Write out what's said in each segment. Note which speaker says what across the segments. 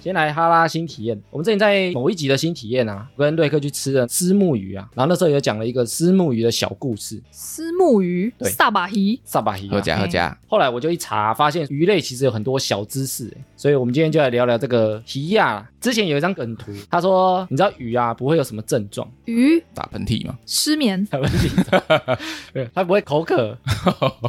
Speaker 1: 先来哈拉新体验。我们之前在某一集的新体验啊，我跟瑞克去吃了丝木鱼啊，然后那时候也讲了一个丝木鱼的小故事，
Speaker 2: 丝木鱼、
Speaker 1: 对
Speaker 2: 萨巴鱼，
Speaker 1: 萨巴鱼、
Speaker 3: 喝加喝加，
Speaker 1: 后来我就一查，发现鱼类其实有很多小知识、欸所以我们今天就来聊聊这个皮亚。之前有一张梗图，他说你知道鱼啊不会有什么症状，
Speaker 2: 鱼
Speaker 3: 打喷嚏嘛，
Speaker 2: 失眠，
Speaker 1: 他问题，对，它不会口渴，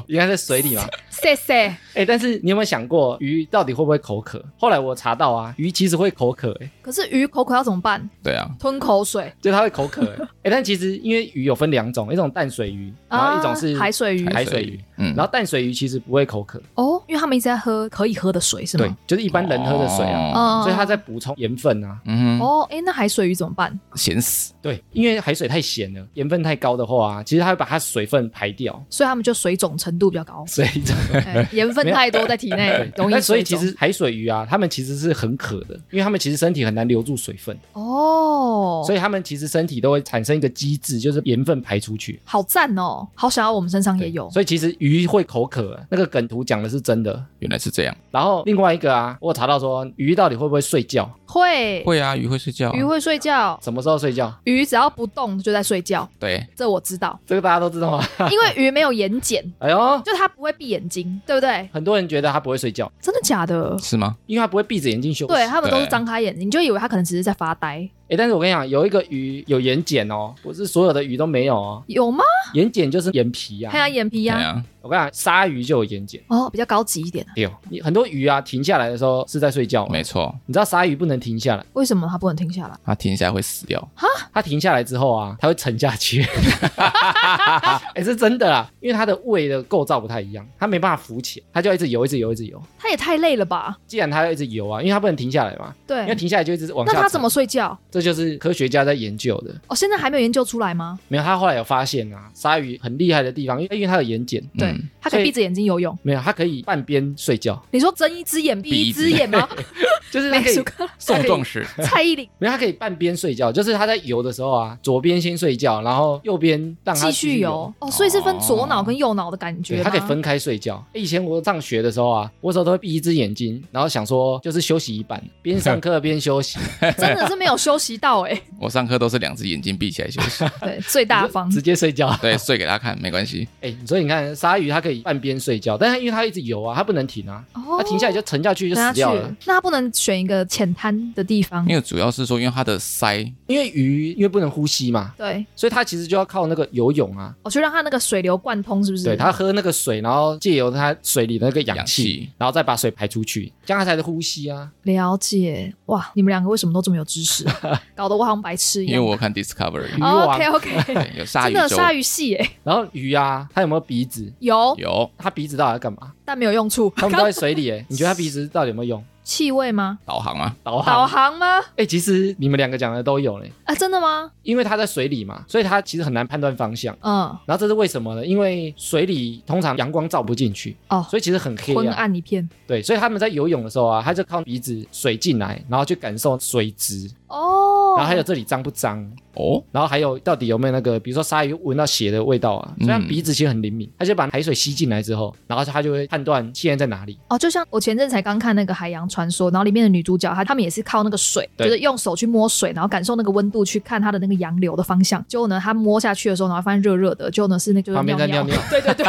Speaker 1: 应该在水里嘛。
Speaker 2: 谢谢。
Speaker 1: 哎、但是 你有没有想过鱼到底会不会口渴？后来我查到啊，鱼其实会口渴、欸，
Speaker 2: 可是鱼口渴要怎么办？
Speaker 3: 对啊，
Speaker 2: 吞口水，
Speaker 1: 就它会 口渴、欸，哎、但其实因为鱼有分两种，一种淡水鱼，然后一种是、
Speaker 2: 啊海水鱼
Speaker 1: 海水鱼。
Speaker 3: 嗯，
Speaker 1: 然后淡水鱼其实不会口渴，
Speaker 2: 哦，因为他们一直在喝可以喝的水，是
Speaker 1: 对
Speaker 2: 吗？，
Speaker 1: 就是一般人喝的水啊，
Speaker 3: 哦，
Speaker 2: 嗯
Speaker 1: 所以它在补充盐分啊。
Speaker 3: 嗯哼，
Speaker 2: 哦，哎，那海水鱼怎么办？
Speaker 3: 咸死，
Speaker 1: 对，因为海水太咸了，盐分太高的话、啊，其实它会把它水分排掉，，
Speaker 2: 所以他们就水肿程度比较 高
Speaker 1: 所以这
Speaker 2: 哎盐分太多在体 内容易
Speaker 1: 但所以
Speaker 2: 水
Speaker 1: 其
Speaker 2: 肿。
Speaker 1: 实海水鱼啊，它们其实是很渴的，因为它们其实身体很难留住水分，
Speaker 2: 哦，
Speaker 1: 所以它们其实身体都会产生一个机制，就是盐分排出去。
Speaker 2: 好赞哦，好想要我们身上也有。
Speaker 1: 所以其实鱼会口渴，那个梗图讲的是真的。
Speaker 3: 原来是这样，
Speaker 1: 然后另外一个啊，我有查到说鱼到底会不会睡觉，
Speaker 2: 会
Speaker 3: 会啊，鱼会睡觉啊，
Speaker 2: 鱼会睡觉，
Speaker 1: 什么时候睡觉，，
Speaker 2: 鱼只要不动就在睡觉，
Speaker 3: 对，
Speaker 2: 这我知道
Speaker 1: 这个大家都知道啊。
Speaker 2: 因为鱼没有眼睑，
Speaker 1: 哎呦，
Speaker 2: 就它不会闭眼睛，对不对？
Speaker 1: 很多人觉得它不会睡觉，
Speaker 2: 真的假的？
Speaker 3: 是吗？
Speaker 1: 因为它不会闭着眼睛休息。
Speaker 2: 对他们都是
Speaker 3: 对
Speaker 2: 张开眼睛，你就以为它可能只是在发呆，
Speaker 1: 哎，但是我跟你讲，有一个鱼有眼睑哦，不是所有的鱼都没有哦。
Speaker 2: 有吗？
Speaker 1: 眼睑就是眼皮呀、
Speaker 2: 看下
Speaker 1: 啊。
Speaker 2: 眼皮
Speaker 3: 对
Speaker 2: 呀，
Speaker 3: 啊，
Speaker 1: 我跟你讲，鲨鱼就有眼睑。
Speaker 2: 哦，比较高级一点，
Speaker 1: 对哦，你很多鱼啊停下来的时候是在睡觉嘛，
Speaker 3: 没错，
Speaker 1: 你知道鲨鱼不能停下来，
Speaker 2: 为什么它不能停下来？
Speaker 3: 它停下来会死掉，
Speaker 1: 它停下来之后啊，它会沉下去。 哎、是真的啦，因为它的胃的构造不太一样，它没办法浮起来，它就要一直游，一直游，一直游。
Speaker 2: 它也太累了吧？
Speaker 1: 既然它要一直游啊，因为它不能停下来嘛，因为
Speaker 2: 对，
Speaker 1: 停下来就一直往
Speaker 2: 那
Speaker 1: 下。
Speaker 2: 它怎么？睡觉？
Speaker 1: 这就是科学家在研究的。
Speaker 2: 哦，现在还没有研究出来吗？
Speaker 1: 没有，他后来有发现啊，鲨鱼很厉害的地方，因为因为它有眼睑，
Speaker 2: 对
Speaker 3: 嗯，
Speaker 2: 它可
Speaker 1: 所以
Speaker 2: 以闭着眼睛游泳。
Speaker 1: 没有，它可以半边睡觉，
Speaker 2: 你说睁一只眼闭
Speaker 3: 闭
Speaker 2: 一
Speaker 3: 一
Speaker 2: 只
Speaker 3: 只
Speaker 2: 眼 吗？
Speaker 1: 就是它
Speaker 2: 美
Speaker 1: 可以
Speaker 2: 术课，
Speaker 3: 宋仲士，
Speaker 2: 蔡依林
Speaker 1: 没有，它可以半边睡觉，就是它在游的时候啊，左边先睡觉，然后右边 让它
Speaker 2: 继续游。哦，所以是分左脑跟右脑的感觉
Speaker 1: 对，
Speaker 2: 吗。
Speaker 1: 它可以分开睡觉。以前我上学的时候啊，我有时候都会闭一只眼睛，然后想说就是休息一半，边上课边休 息，
Speaker 2: 真的是没有休息到 哎、
Speaker 3: 我上课都是两只眼睛闭起来休息，
Speaker 2: 对，最大方
Speaker 1: 直接睡觉。
Speaker 3: 对，睡给他看没关系，
Speaker 1: 哎、所以你看鲨鱼它可以半边睡觉，但是因为它一直游啊，它不能停啊，
Speaker 2: 哦
Speaker 1: 它停下来就沉下去就
Speaker 2: 等下
Speaker 1: 死
Speaker 2: 去
Speaker 1: 掉了。。
Speaker 2: 那他不能选一个浅滩的地方
Speaker 3: 因，为主要是说，因为它的鳃，
Speaker 1: 因为鱼因为不能呼吸嘛，
Speaker 2: 对，
Speaker 1: 所以它其实就要靠那个游泳啊，
Speaker 2: 我、就让他那个水流贯通，是不是？
Speaker 1: 对，它喝那个水，然后借由它水里的那个氧
Speaker 3: 氧
Speaker 1: 气，
Speaker 3: 气
Speaker 1: 然后再把水排出去，这样它才能呼吸啊。
Speaker 2: 了解哇，你们两个为什么都这么有 知识啊、搞得我好像白痴一
Speaker 3: 因
Speaker 2: 样哦
Speaker 3: 为。我有看 Discovery，
Speaker 1: 鱼王
Speaker 2: OK OK，
Speaker 3: 对，有鲨
Speaker 2: 真
Speaker 3: 鱼
Speaker 2: 的
Speaker 3: 粥，
Speaker 2: 鲨鱼系哎、
Speaker 1: 然后鱼啊，它有没有鼻子？
Speaker 2: 有
Speaker 3: 有
Speaker 1: 它鼻子到底在干 嘛？
Speaker 2: 但没有用处。
Speaker 1: 它们都在水里 诶，你觉得它鼻子到底有没有用？
Speaker 2: 气味吗？
Speaker 3: 导航啊，
Speaker 1: 导航？
Speaker 2: 导航吗？
Speaker 1: 哎、其实你们两个讲的都有嘞，
Speaker 2: 啊，真的吗？
Speaker 1: 因为它在水里嘛，所以它其实很难判断方向。
Speaker 2: 嗯，
Speaker 1: 然后这是为什么呢？因为水里通常阳光照不进去，
Speaker 2: 哦，
Speaker 1: 所以其实很黑
Speaker 2: 昏
Speaker 1: 啊。
Speaker 2: 暗一片。
Speaker 1: 对，所以他们在游泳的时候啊，他就靠鼻子水进来，然后去感受水质，
Speaker 2: 哦，
Speaker 1: 然后还有这里脏不脏，
Speaker 3: 哦，
Speaker 1: 然后还有到底有没有那个，比如说鲨鱼闻到血的味道啊，
Speaker 3: 嗯
Speaker 1: 虽然鼻子其实很灵敏，它就把海水吸进来之后，然后它就会判断现在在哪里。
Speaker 2: 哦，就像我前阵才刚看那个《海洋传说》，然后里面的女主角她她们也是靠那个水，
Speaker 1: 对
Speaker 2: 就是用手去摸水，然后感受那个温度去看它的那个洋流的方向。结果呢，她摸下去的时候，然后发现热热的，结果呢是那就是
Speaker 1: 旁边在
Speaker 2: 尿
Speaker 1: 尿尿
Speaker 2: 对对对，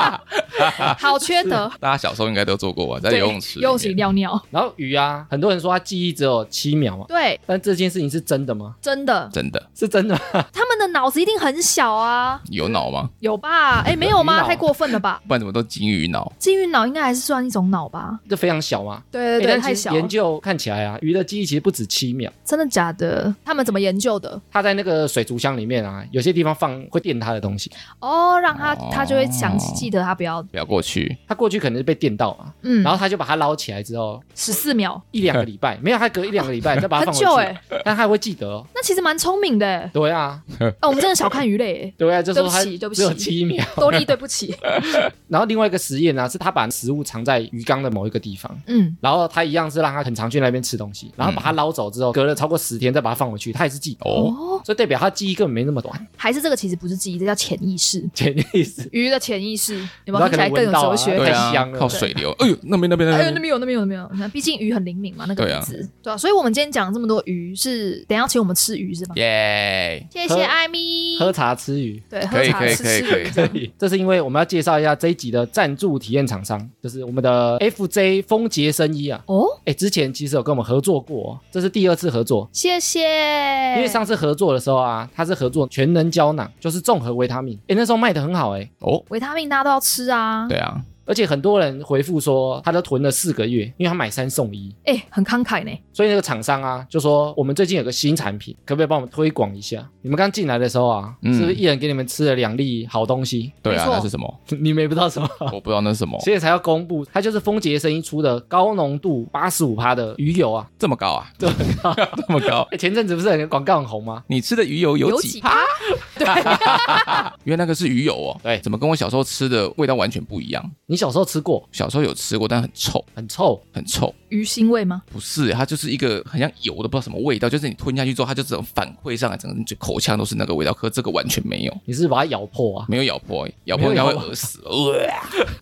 Speaker 2: 好缺德。
Speaker 3: 大家小时候应该都做过吧，在
Speaker 2: 对
Speaker 3: 游泳池里面，
Speaker 2: 游泳池里尿 尿，
Speaker 1: 然后鱼啊，很多人说它记忆只有七秒嘛，
Speaker 2: 对，
Speaker 1: 但这件事情是真的吗？
Speaker 2: 真的，
Speaker 3: 真的
Speaker 1: 是真的吗，
Speaker 2: 他们的脑子一定很小啊，
Speaker 3: 有脑吗？
Speaker 2: 有吧？ 哎，没有
Speaker 1: 鱼
Speaker 2: 吗？
Speaker 1: 脑
Speaker 2: 太过分了 吧？
Speaker 3: 不然怎么都金鱼脑？
Speaker 2: 金鱼脑应该还是算一种脑吧？
Speaker 1: 这非常小嘛。
Speaker 2: 对
Speaker 1: 欸
Speaker 2: 对对，
Speaker 1: 但
Speaker 2: 太
Speaker 1: 其实
Speaker 2: 小
Speaker 1: 研
Speaker 2: 了，
Speaker 1: 究看起来啊，鱼的记忆其实不止七秒。
Speaker 2: 真的假的？他们怎么研究的？
Speaker 1: 它在那个水族箱里面啊，有些地方放会电它的东西，
Speaker 2: 哦，让他他就会想起
Speaker 3: 哦
Speaker 2: 记得他不要，
Speaker 3: 不要过去，
Speaker 1: 它过去可能是被电到嘛，
Speaker 2: 嗯，
Speaker 1: 然后它就把它捞起来之后，
Speaker 2: 十四秒。
Speaker 1: 一两个礼拜，没有，它隔一两个礼拜再把它
Speaker 2: 很
Speaker 1: 放
Speaker 2: 久
Speaker 1: 回
Speaker 2: 哎、
Speaker 1: 去，但它还会记得哦。
Speaker 2: 那其实蛮聪明的欸，
Speaker 1: 对啊，
Speaker 2: 啊，我们真的小看鱼类 欸，
Speaker 1: 对啊，就说它
Speaker 2: 对不起对不起
Speaker 1: 只有七秒。
Speaker 2: 多利，对 不起，
Speaker 1: 然后另外一个实验呢、是他把食物藏在鱼缸的某一个地方，
Speaker 2: 嗯，
Speaker 1: 然后他一样是让它很常去那边吃东西，然后把它捞走之后，隔了超过十天再把它放回去，它也是记得，
Speaker 3: 哦，
Speaker 2: 哦，
Speaker 1: 所以代表它记忆根本没那么短，
Speaker 2: 还是这个其实不是记忆，这叫潜意识，
Speaker 1: 潜意识。
Speaker 2: 鱼的潜意识，有没
Speaker 1: 它可
Speaker 2: 有听
Speaker 1: 能
Speaker 2: 起来更
Speaker 1: 闻
Speaker 2: 有
Speaker 1: 到
Speaker 2: 哲
Speaker 1: 啊
Speaker 2: 学？
Speaker 3: 对
Speaker 1: 太
Speaker 3: 啊
Speaker 1: 香，了
Speaker 3: 靠水流，哎呦，那边那边那
Speaker 2: 哎呦，
Speaker 3: 边
Speaker 2: 那，边有，那边有，那边有。那毕竟鱼很灵敏嘛，那个
Speaker 3: 对啊
Speaker 2: 鼻子，对啊，所以我们今天讲这么多鱼，是等一下请我们吃鱼是吗？
Speaker 3: 耶，
Speaker 2: 谢
Speaker 1: 喝
Speaker 2: 谢艾米。
Speaker 1: 喝茶吃鱼。
Speaker 2: 对，
Speaker 3: 可
Speaker 2: 喝
Speaker 3: 以
Speaker 2: 茶
Speaker 3: 可以
Speaker 2: 吃
Speaker 3: 可以
Speaker 2: 吃
Speaker 3: 可
Speaker 2: 鱼
Speaker 3: 以，
Speaker 2: 这样。
Speaker 1: 这是因为我们要介绍一下这一集的赞助体验厂商，就是我们的 FJ 丰杰生医啊。
Speaker 2: 哦，
Speaker 1: 哎，之前其实有跟我们合作过哦，这是第二次合作。
Speaker 2: 谢谢。
Speaker 1: 因
Speaker 2: 哎
Speaker 1: 为上次合作的时候啊，它是合作全能胶囊，就是综合维他命。哎，那时候卖的很好哎，
Speaker 3: 哦，
Speaker 2: 维他命大家都要吃啊，
Speaker 3: 对啊，
Speaker 1: 而且很多人回复说他都囤了四个月，因为他买三送一。
Speaker 2: 哎，很慷慨呢。
Speaker 1: 所以那个厂商啊，就说我们最近有个新产品，可不可以帮我们推广一下？你们刚进来的时候啊，
Speaker 3: 嗯
Speaker 1: 是不是一人给你们吃了两粒好东西？
Speaker 3: 对啊
Speaker 2: 没，错
Speaker 3: 那是什么？
Speaker 1: 你们也不知道什么？
Speaker 3: 我不知道那是什么，
Speaker 1: 所以才要公布，它就是丰杰生一出的高浓度八十五趴的鱼油啊。
Speaker 3: 这么高啊，
Speaker 1: 这么
Speaker 3: 高， 这么高。
Speaker 1: 诶前阵子不是很广告很红吗？
Speaker 3: 你吃的鱼油有几？
Speaker 2: 趴？
Speaker 3: 原来那个是鱼油哦。
Speaker 1: 对
Speaker 3: 怎么跟我小时候吃的味道完全不一样？
Speaker 1: 你小时候吃过，
Speaker 3: 小时候有吃过，但很臭，
Speaker 1: 很臭，
Speaker 3: 很臭。
Speaker 2: 鱼腥味吗？
Speaker 3: 不是，它就是一个很像油的，不知道什么味道，就是你吞下去之后，它就只能反馈上来，整个口腔都是那个味道。可这个完全没有，
Speaker 1: 你是不是把它咬破啊？
Speaker 3: 没有咬破，咬破应该会饿死。呃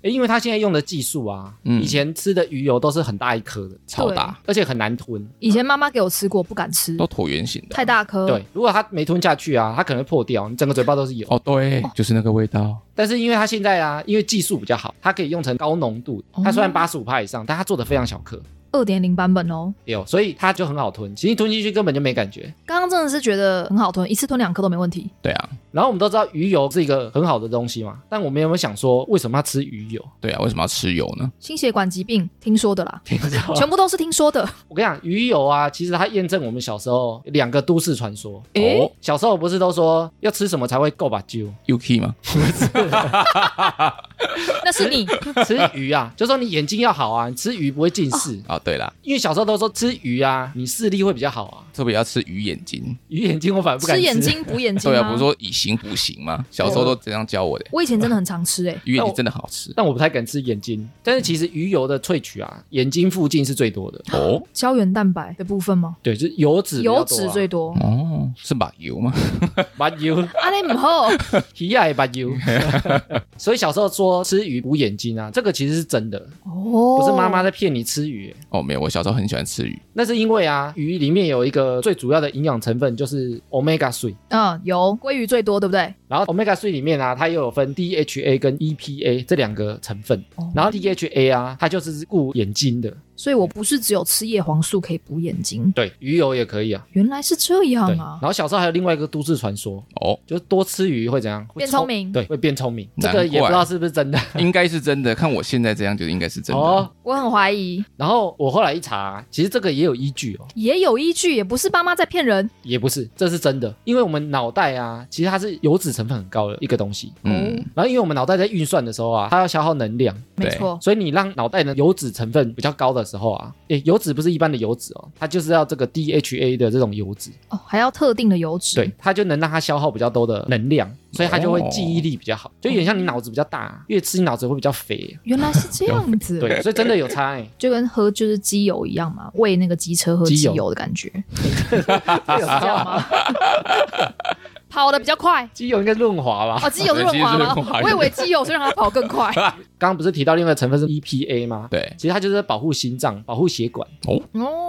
Speaker 1: 诶因为它现在用的技术啊，
Speaker 3: 嗯
Speaker 1: 以前吃的鱼油都是很大一颗的，
Speaker 3: 超大，
Speaker 1: 而且很难吞。
Speaker 2: 以前妈妈给我吃过，不敢吃
Speaker 3: 都，椭圆形的。
Speaker 2: 太大颗。
Speaker 1: 对，，如果它没吞下去啊，它可能会破掉，你整个嘴巴都是油。
Speaker 3: 哦，对，就是那个味道。
Speaker 1: 但是因为它现在啊，因为技术比较好，它可以用成高浓度。它虽然
Speaker 2: 哦
Speaker 1: 八十五帕以上，但它做的非常小颗，
Speaker 2: 二点零版本哦。
Speaker 1: 有，所以它就很好吞。其实吞进去根本就没感觉。
Speaker 2: 刚刚真的是觉得很好吞，一次吞两颗都没问题。
Speaker 3: 对啊，
Speaker 1: 然后我们都知道鱼油是一个很好的东西嘛，但我们有没有想说，为什么要吃鱼油？
Speaker 3: 对啊，为什么要吃油呢？
Speaker 2: 心血管疾病听说的啦，
Speaker 1: 听说
Speaker 2: 全部都是听说的。
Speaker 1: 我跟你讲，鱼油啊，其实它验证我们小时候两个都市传说。
Speaker 2: 诶
Speaker 1: 哦，小时候不是都说要吃什么才会够把酒？
Speaker 3: UK 吗？
Speaker 2: 那是 你，
Speaker 1: 吃鱼啊，就说你眼睛要好啊，你吃鱼不会近视，
Speaker 2: 哦
Speaker 3: 啊，对啦，
Speaker 1: 因为小时候都说吃鱼啊，你视力会比较好啊。
Speaker 3: 特别要吃鱼眼睛。
Speaker 2: 啊
Speaker 1: 鱼眼睛我反而不敢
Speaker 2: 吃
Speaker 1: 吃
Speaker 2: 眼。睛补眼睛
Speaker 3: 对啊，不是说以形补形吗？小
Speaker 2: 啊
Speaker 3: 时候都这样教我的。
Speaker 2: 我以前真的很常吃哎诶、
Speaker 3: 鱼眼睛真的好吃
Speaker 1: 但我不太敢吃眼睛，但是其实鱼油的萃取啊，眼睛附近是最多的，
Speaker 3: 哦
Speaker 2: 胶原蛋白的部分吗？
Speaker 1: 对，就是油脂比较多啊、
Speaker 2: 油脂最多。啊
Speaker 3: 哦，是把油吗？
Speaker 1: 把油，
Speaker 2: 阿内姆 后，
Speaker 1: 鱼也把油， 所以小时候说吃鱼补眼睛啊，这个其实是真的，
Speaker 2: 哦，
Speaker 1: 不是妈妈在骗你吃鱼、
Speaker 3: 哦，没有，我小时候很喜欢吃鱼。
Speaker 1: 那是因为啊，鱼里面有一个最主要的营养成分就是 omega 3，
Speaker 2: 嗯，有鲑鱼最多，对不对？
Speaker 1: 然后 omega 3里面啊，它又有分 DHA 跟 EPA 这两个成分，
Speaker 2: 哦
Speaker 1: 然后 DHA 啊，它就是顾眼睛的，
Speaker 2: 所以我不是只有吃叶黄素可以补眼睛，
Speaker 1: 对，鱼油也可以啊，
Speaker 2: 原来是这样
Speaker 1: 对。
Speaker 2: 啊
Speaker 1: 然！后小时候还有另外一个都市传说，
Speaker 3: 哦，
Speaker 1: 就是多吃鱼会怎样？会
Speaker 2: 变聪明
Speaker 1: 对，会变聪明。这
Speaker 3: 难
Speaker 1: 个也不
Speaker 3: 怪
Speaker 1: 知道是不是真的
Speaker 3: 应该是真的。看我现在这样，就应该是真的。
Speaker 1: 哦。
Speaker 2: 我很怀疑，
Speaker 1: 然后我后来一查，其实这个也有依据哦，
Speaker 2: 也有依据，也不是爸妈在骗人。
Speaker 1: 也不是，这是真的，因为我们脑袋啊，其实它是油脂成分很高的一个东西。
Speaker 3: 嗯，
Speaker 1: 然后，因为我们脑袋在运算的时候啊，它要消耗能量，
Speaker 2: 没
Speaker 3: 对
Speaker 2: 错，
Speaker 1: 哦所以你让脑袋的油脂成分比较高的时候啊，诶，油脂不是一般的油脂哦，它就是要这个 DHA 的这种油脂，
Speaker 2: 哦，还要特定的油脂。
Speaker 1: 对，，它就能让它消耗比较多的能量，所以它就会
Speaker 3: 哦
Speaker 1: 记忆力比较好，就有点像你脑子比较大，越吃你脑子会比较肥，
Speaker 2: 原来是这样子。
Speaker 1: 嗯 对，所以真的有差诶。
Speaker 2: 就跟喝就是机油一样嘛，喂那个机车喝
Speaker 1: 机
Speaker 2: 机
Speaker 1: 油
Speaker 2: 油的感觉， 是这样吗？跑得比较快
Speaker 1: 机油应该润滑吧？
Speaker 2: 哦，机油是润滑
Speaker 3: 机油是润滑
Speaker 1: 哦
Speaker 2: 吗？我以为机油是让它跑更快。
Speaker 1: 刚刚不是提到另外一个成分是 EPA 吗？
Speaker 3: 对，
Speaker 1: 其实它就是在保护心脏、保护血管，
Speaker 2: 哦，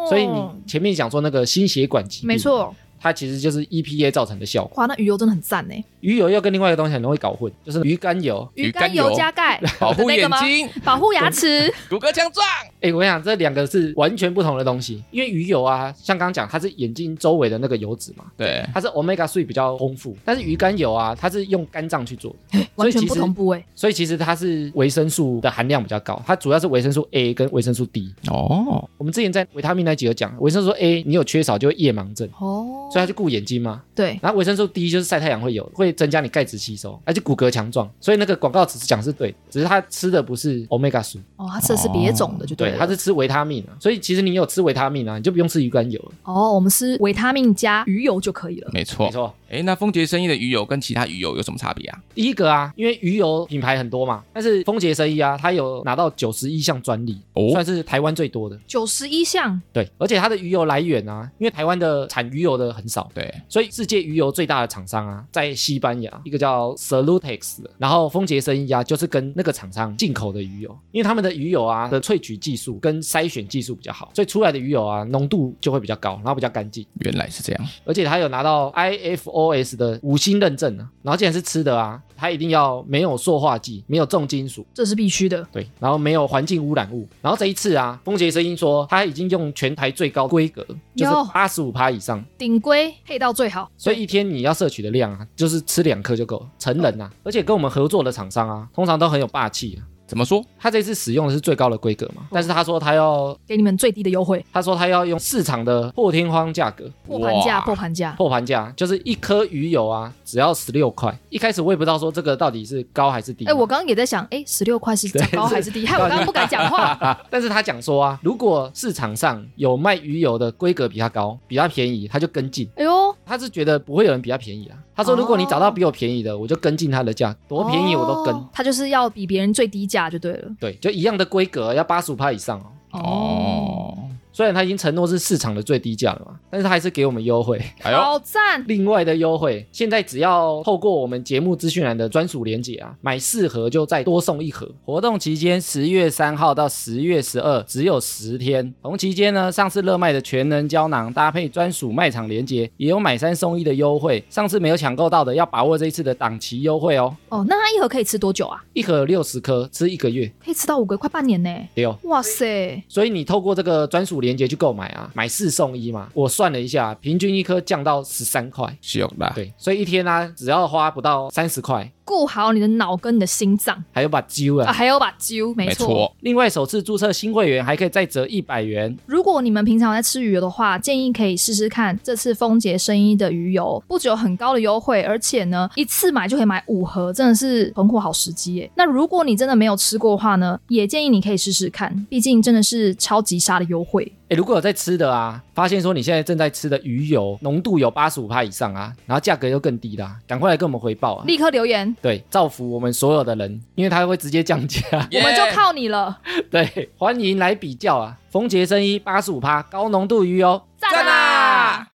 Speaker 1: 所以你前面讲说那个心血管疾病，
Speaker 2: 没，错，
Speaker 1: 它其实就是 EPA 造成的效果。
Speaker 2: 哇，那鱼油真的很赞欸呢，
Speaker 1: 鱼油又跟另外一个东西很容易搞混，就是鱼肝油。
Speaker 3: 鱼
Speaker 2: 鱼
Speaker 3: 肝
Speaker 2: 肝
Speaker 3: 油
Speaker 2: 油加钙
Speaker 3: 保护
Speaker 2: 的那
Speaker 3: 眼
Speaker 2: 个吗，
Speaker 3: 睛，
Speaker 2: 保护 牙齿，
Speaker 3: 骨骼强壮。
Speaker 1: 哎，我想这两个是完全不同的东西，因为鱼油啊，像刚刚讲，它是眼睛周围的那个油脂嘛，
Speaker 3: 对，
Speaker 1: 它是 omega 3比较丰富，但是鱼肝油啊，它是用肝脏去做的，所
Speaker 2: 完
Speaker 1: 以
Speaker 2: 全
Speaker 1: 其
Speaker 2: 不
Speaker 1: 实
Speaker 2: 同部位。
Speaker 1: 所以其实它是维生素的含量比较高，它主要是维生素 A 跟维生素 D。
Speaker 3: 哦，
Speaker 1: 我们之前在维他命那集有讲，维生素 A 你有缺少就会夜盲症，
Speaker 2: 哦，
Speaker 1: 所以它就顾眼睛嘛。
Speaker 2: 对，
Speaker 1: 然后维生素 D 就是晒太阳会有，会增加你钙质吸收，而且骨骼强壮。所以那个广告词讲是对，只是他吃的不是 omega 3
Speaker 2: 哦，它吃的是别种的，就
Speaker 1: 对，对，它
Speaker 2: 了。
Speaker 1: 是吃维他命啊，所以其实你有吃维他命啊，你就不用吃鱼肝油了。
Speaker 2: 哦，我们吃维他命加鱼油就可以了。
Speaker 3: 没
Speaker 1: 没
Speaker 3: 错。
Speaker 1: 错，
Speaker 3: 哎，那丰杰生意的鱼油跟其他鱼油有什么差别啊？
Speaker 1: 第一个啊，因为鱼油品牌很多嘛，但是丰杰生医啊，它有拿到九十一项专利，
Speaker 3: 哦
Speaker 1: 算是台湾最多的。
Speaker 2: 九十一项
Speaker 1: 对，而且它的鱼油来源啊，因为台湾的产鱼油的很少，
Speaker 3: 对，
Speaker 1: 所以世界鱼油最大的厂商啊，在西班牙一个叫 Salutex 的，然后丰杰生意啊，就是跟那个厂商进口的鱼油，因为他们的鱼油啊的萃取技术跟筛选技术比较好，所以出来的鱼油啊浓度就会比较高，然后比较干净，
Speaker 3: 原来是这样。
Speaker 1: 而且它有拿到 IFOS 的五星认证啊，然后既然是吃的啊，它一定要没有塑化剂，没有重金属。
Speaker 2: 这是必须的，
Speaker 1: 对，然后没有环境污染物。然后这一次啊，丰杰声音说他已经用全台最高规格，就是
Speaker 2: 哟
Speaker 1: 八十五趴以上，
Speaker 2: 顶规配到最好。
Speaker 1: 所以一天你要摄取的量啊，就是吃两颗就够了。成人啊，而且跟我们合作的厂商啊，通常都很有霸气啊。
Speaker 3: 怎么说？
Speaker 1: 他这次使用的是最高的规格嘛，但是他说他要，
Speaker 2: 给你们最低的优惠，
Speaker 1: 他说他要用市场的破天荒价格，
Speaker 2: 破盘价，
Speaker 3: 哇
Speaker 2: 破盘价。
Speaker 1: 破盘价就是一颗鱼油啊，只要十六块。一开始我也不知道说这个到底是高还是低。
Speaker 2: 哎、我刚刚也在想，哎、1十六块是
Speaker 1: 对
Speaker 2: 高还 是低？害我刚刚不敢讲话。
Speaker 1: 但是他讲说啊，如果市场上有卖鱼油的规格比他高、比他便宜，他就跟进。
Speaker 2: 哎呦，
Speaker 1: 他是觉得不会有人比他便宜啊。他说，如果你找到比我便宜的，我就跟进他的价，多便宜我都跟。
Speaker 2: 哦他就是要比别人最低价就对了。
Speaker 1: 对，就一样的规格，要八十五以上哦。
Speaker 2: 哦，
Speaker 3: 哦，
Speaker 1: 虽然他已经承诺是市场的最低价了嘛，但是他还是给我们优惠，
Speaker 3: 哎呦，
Speaker 2: 好赞！
Speaker 1: 另外的优惠。现在只要透过我们节目资讯栏的专属链接啊，买四盒就再多送一盒。活动期间十月三号到十月十二，只有十天。同期间呢，上次热卖的全能胶囊搭配专属卖场链接，也有买三送一的优惠。上次没有抢购到的，要把握这一次的档期优惠哦。
Speaker 2: 哦，那它一盒可以吃多久啊？
Speaker 1: 一盒六十颗，吃一个月
Speaker 2: 可以吃到五个，快半年呢。
Speaker 1: 对哦。
Speaker 2: 哇塞，
Speaker 1: 所以你透过这个专属链接去购买啊，买四送一嘛。我算了一下，平均一颗降到啊十三块。
Speaker 3: 是有啦。
Speaker 1: 对，所以一天呢、啊，只要花不到三十块，
Speaker 2: 顾好你的脑跟你的心脏
Speaker 1: 还有把揪
Speaker 2: 啊，
Speaker 1: 啊。
Speaker 2: 还有把揪，没
Speaker 3: 没
Speaker 2: 错。
Speaker 3: 错，
Speaker 1: 另外，首次注册新会员还可以再折一百元。
Speaker 2: 如果你们平常有在吃鱼油的话，建议可以试试看这次丰杰生医的鱼油，不只有很高的优惠，而且呢，一次买就可以买五盒，真的是囤货好时机耶。那如果你真的没有吃过的话呢，也建议你可以试试看，毕竟真的是超级杀的优惠。
Speaker 1: 哎，如果有在吃的啊，发现说你现在正在吃的鱼油浓度有八十五帕以上啊，然后价格又更低啦、赶快来跟我们回报啊！
Speaker 2: 立刻留言，
Speaker 1: 对，造福我们所有的人，因为它会直接降价。
Speaker 2: 我们就
Speaker 3: 耶
Speaker 2: 靠你了，
Speaker 1: 对，欢迎来比较啊！丰杰生医八十五趴高浓度鱼油，
Speaker 2: 赞啦！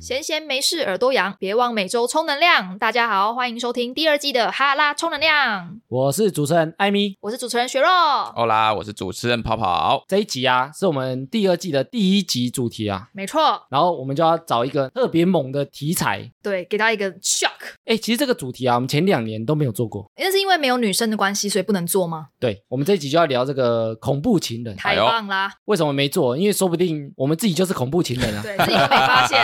Speaker 2: 闲闲没事耳朵痒，别忘每周充能量。大家好，欢迎收听第二季的哈拉充能量，
Speaker 1: 我是主持人艾米。
Speaker 2: 我是主持人雪若。
Speaker 3: 好啦，我是主持人跑跑。
Speaker 1: 这一集啊，是我们第二季的第一集主题啊，
Speaker 2: 没错，
Speaker 1: 然后我们就要找一个特别猛的题材。
Speaker 2: 对，给他一个 shock。
Speaker 1: 哎，其实这个主题啊，我们前两年都没有做过。
Speaker 2: 那是因为没有女生的关系，所以不能做吗？
Speaker 1: 对，我们这一集就要聊这个恐怖情人，
Speaker 2: 太
Speaker 3: 哎呦
Speaker 2: 棒啦！
Speaker 1: 为什么没做？因为说不定我们自己就是恐怖情人啊，
Speaker 2: 对自己都没发现，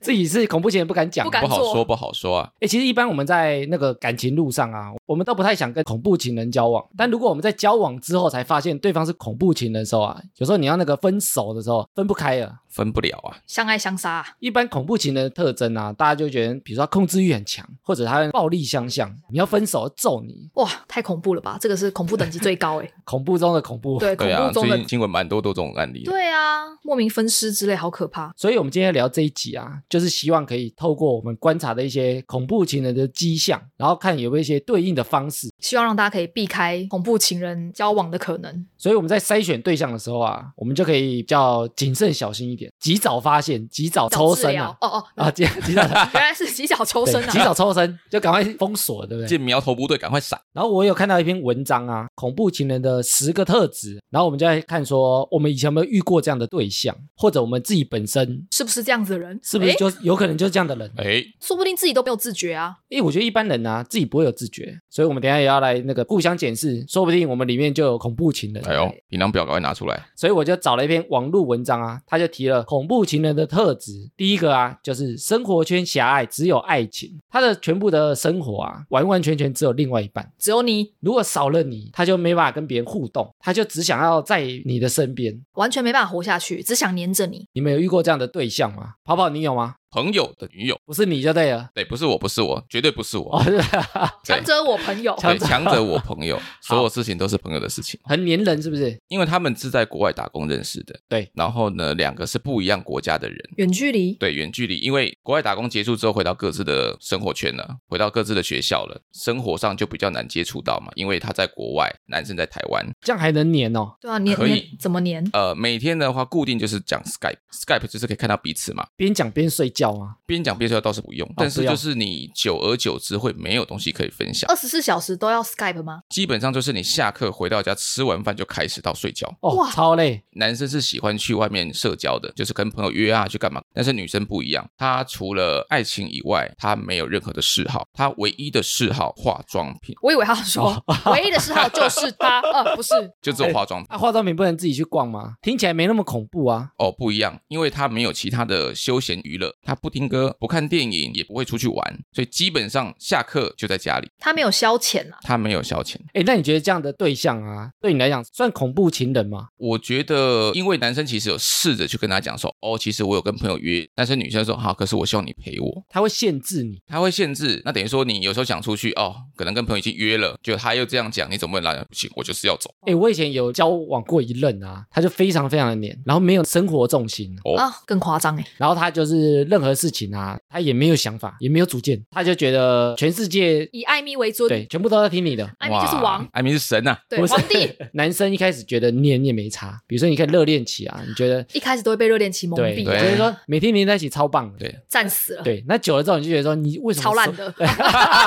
Speaker 1: 自己是恐怖情人不敢讲
Speaker 2: 不
Speaker 1: 啊。
Speaker 2: 敢
Speaker 3: 不好
Speaker 2: 做
Speaker 3: 说，不好说啊。
Speaker 1: 哎、其实一般我们在那个感情路上啊，我们都不太想跟恐怖情人交往。但如果我们在交往之后才发现对方是恐怖情人的时候啊，有时候你要那个分手的时候分不开了。
Speaker 3: 分不了啊。
Speaker 2: 相爱相杀，
Speaker 1: 一般恐怖情人的特征啊，大家就觉得，比如说他控制欲很强，或者他暴力相向，你要分手揍你，
Speaker 2: 哇，太恐怖了吧！这个是恐怖等级最高哎、
Speaker 1: 恐怖中的恐怖。
Speaker 2: 哎对，恐
Speaker 3: 对啊，
Speaker 2: 怖中
Speaker 3: 最
Speaker 2: 的
Speaker 3: 近新闻蛮多都这种案例的。
Speaker 2: 对啊，莫名分尸之类，好可怕。
Speaker 1: 所以，我们今天聊这一集啊，就是希望可以透过我们观察的一些恐怖情人的迹象，然后看有没有一些对应的方式。
Speaker 2: 希望让大家可以避开恐怖情人交往的可能。
Speaker 1: 所以我们在筛选对象的时候啊，我们就可以比较谨慎小心一点，及早发现，及早抽
Speaker 2: 治
Speaker 1: 身
Speaker 2: 疗
Speaker 1: 啊，
Speaker 2: 哦哦，
Speaker 1: 啊，及及早
Speaker 2: 原来是及早抽身
Speaker 1: 对
Speaker 2: 啊！
Speaker 1: 及早抽身，就赶快封锁，对不对？
Speaker 3: 见苗头不对，赶快闪。
Speaker 1: 然后我有看到一篇文章啊，恐怖情人的十个特质，然后我们就来看说，我们以前有没有遇过这样的对象，或者我们自己本身
Speaker 2: 是不是这样子的人？
Speaker 1: 是不是
Speaker 2: 诶
Speaker 1: 就有可能就是这样的人？
Speaker 3: 哎，
Speaker 2: 说不定自己都没有自觉啊！
Speaker 1: 因为我觉得一般人啊，自己不会有自觉，所以我们等一下也要来那个互相检视，说不定我们里面就有恐怖情人。
Speaker 3: 哎呦，平量表赶快拿出来。
Speaker 1: 所以我就找了一篇网络文章啊，他就提了恐怖情人的特质。第一个啊，就是生活圈狭隘，只有爱情，他的全部的生活啊，完完全全只有另外一半。
Speaker 2: 只有你
Speaker 1: 如果少了你，他就没办法跟别人互动，他就只想要在你的身边。
Speaker 2: 完全没办法活下去，只想黏着你。
Speaker 1: 你们有遇过这样的对象吗？跑跑，你有吗？
Speaker 3: 朋友的女友，哎
Speaker 1: 不是你就对了。
Speaker 3: 对，不是我，不是我，绝对不是我，
Speaker 1: 哦，是
Speaker 4: 强者我朋友，
Speaker 3: 对，强者我朋友，所有事情都是朋友的事情。
Speaker 1: 很黏人是不是？
Speaker 3: 因为他们是在国外打工认识的，
Speaker 1: 对。
Speaker 3: 然后呢，两个是不一样国家的人，
Speaker 2: 远距离，
Speaker 3: 对，远距离，因为国外打工结束之后，回到各自的生活圈了，回到各自的学校了，生活上就比较难接触到嘛，因为他在国外，男生在台湾，
Speaker 1: 这样还能黏哦？
Speaker 2: 对啊，年
Speaker 3: 可以
Speaker 2: 年怎么年？
Speaker 3: 呃，每天的话固定就是讲 Skype，Skype 就是可以看到彼此嘛，
Speaker 1: 边讲边睡觉吗？
Speaker 3: 边讲边说倒是不用，但
Speaker 1: 哦不
Speaker 3: 是
Speaker 1: 用哦
Speaker 3: 就是你久而久之会没有东西可以分享，
Speaker 2: 二十四小时都要 Skype 吗？
Speaker 3: 基本上就是你下课回到家吃完饭就开始到睡觉。
Speaker 1: 哦，
Speaker 2: 哇
Speaker 1: 超累，
Speaker 3: 男生是喜欢去外面社交的，就是跟朋友约啊去干嘛。但是女生不一样，她除了爱情以外，她没有任何的嗜好，她唯一的嗜好化妆品，
Speaker 2: 我以为他
Speaker 1: 哦
Speaker 2: 说 唯一的嗜好就是他，呃，不是，
Speaker 3: 就只有化妆品。
Speaker 1: 啊，化妆品不能自己去逛吗？听起来没那么恐怖啊。
Speaker 3: 哦，不一样，因为她没有其他的休闲娱乐，她不听歌，不看电影，也不会出去玩，所以基本上下课就在家里，
Speaker 2: 他没有消遣啊。
Speaker 3: 她没有消遣。
Speaker 1: 哎，那你觉得这样的对象啊，对你来讲算恐怖情人吗？
Speaker 3: 我觉得，因为男生其实有试着去跟她讲说，哦，其实我有跟朋友约，但是女生说好，可是我希望你陪我，
Speaker 1: 他会限制你，
Speaker 3: 他会限制，那等于说你有时候想出去哦，可能跟朋友已经约了，就他又这样讲，你总不能让人不行，我就是要走
Speaker 1: 哎，我以前有交往过一任啊，他就非常非常的黏，然后没有生活重心，
Speaker 3: 哦
Speaker 2: 啊，更夸张哎！
Speaker 1: 然后他就是任何事情啊，他也没有想法，也没有主见，他就觉得全世界
Speaker 2: 以艾米为尊，
Speaker 1: 对全部都在听你的。
Speaker 2: 艾米就是
Speaker 3: 哇
Speaker 2: 王，，
Speaker 3: 艾米是神啊呐、
Speaker 2: 对，
Speaker 1: 不是
Speaker 2: 皇帝
Speaker 1: 男生一开始觉得黏也没差，比如说你看热恋期啊，你觉得
Speaker 2: 一开始都会被热恋期蒙
Speaker 1: 对，
Speaker 2: 蔽
Speaker 1: 觉
Speaker 2: 啊，
Speaker 1: 得说每天黏在一起超棒的，
Speaker 3: 对
Speaker 2: 战死了，
Speaker 1: 对，那久了之后你就觉得说你为什么
Speaker 2: 超烂
Speaker 1: 说
Speaker 2: 的，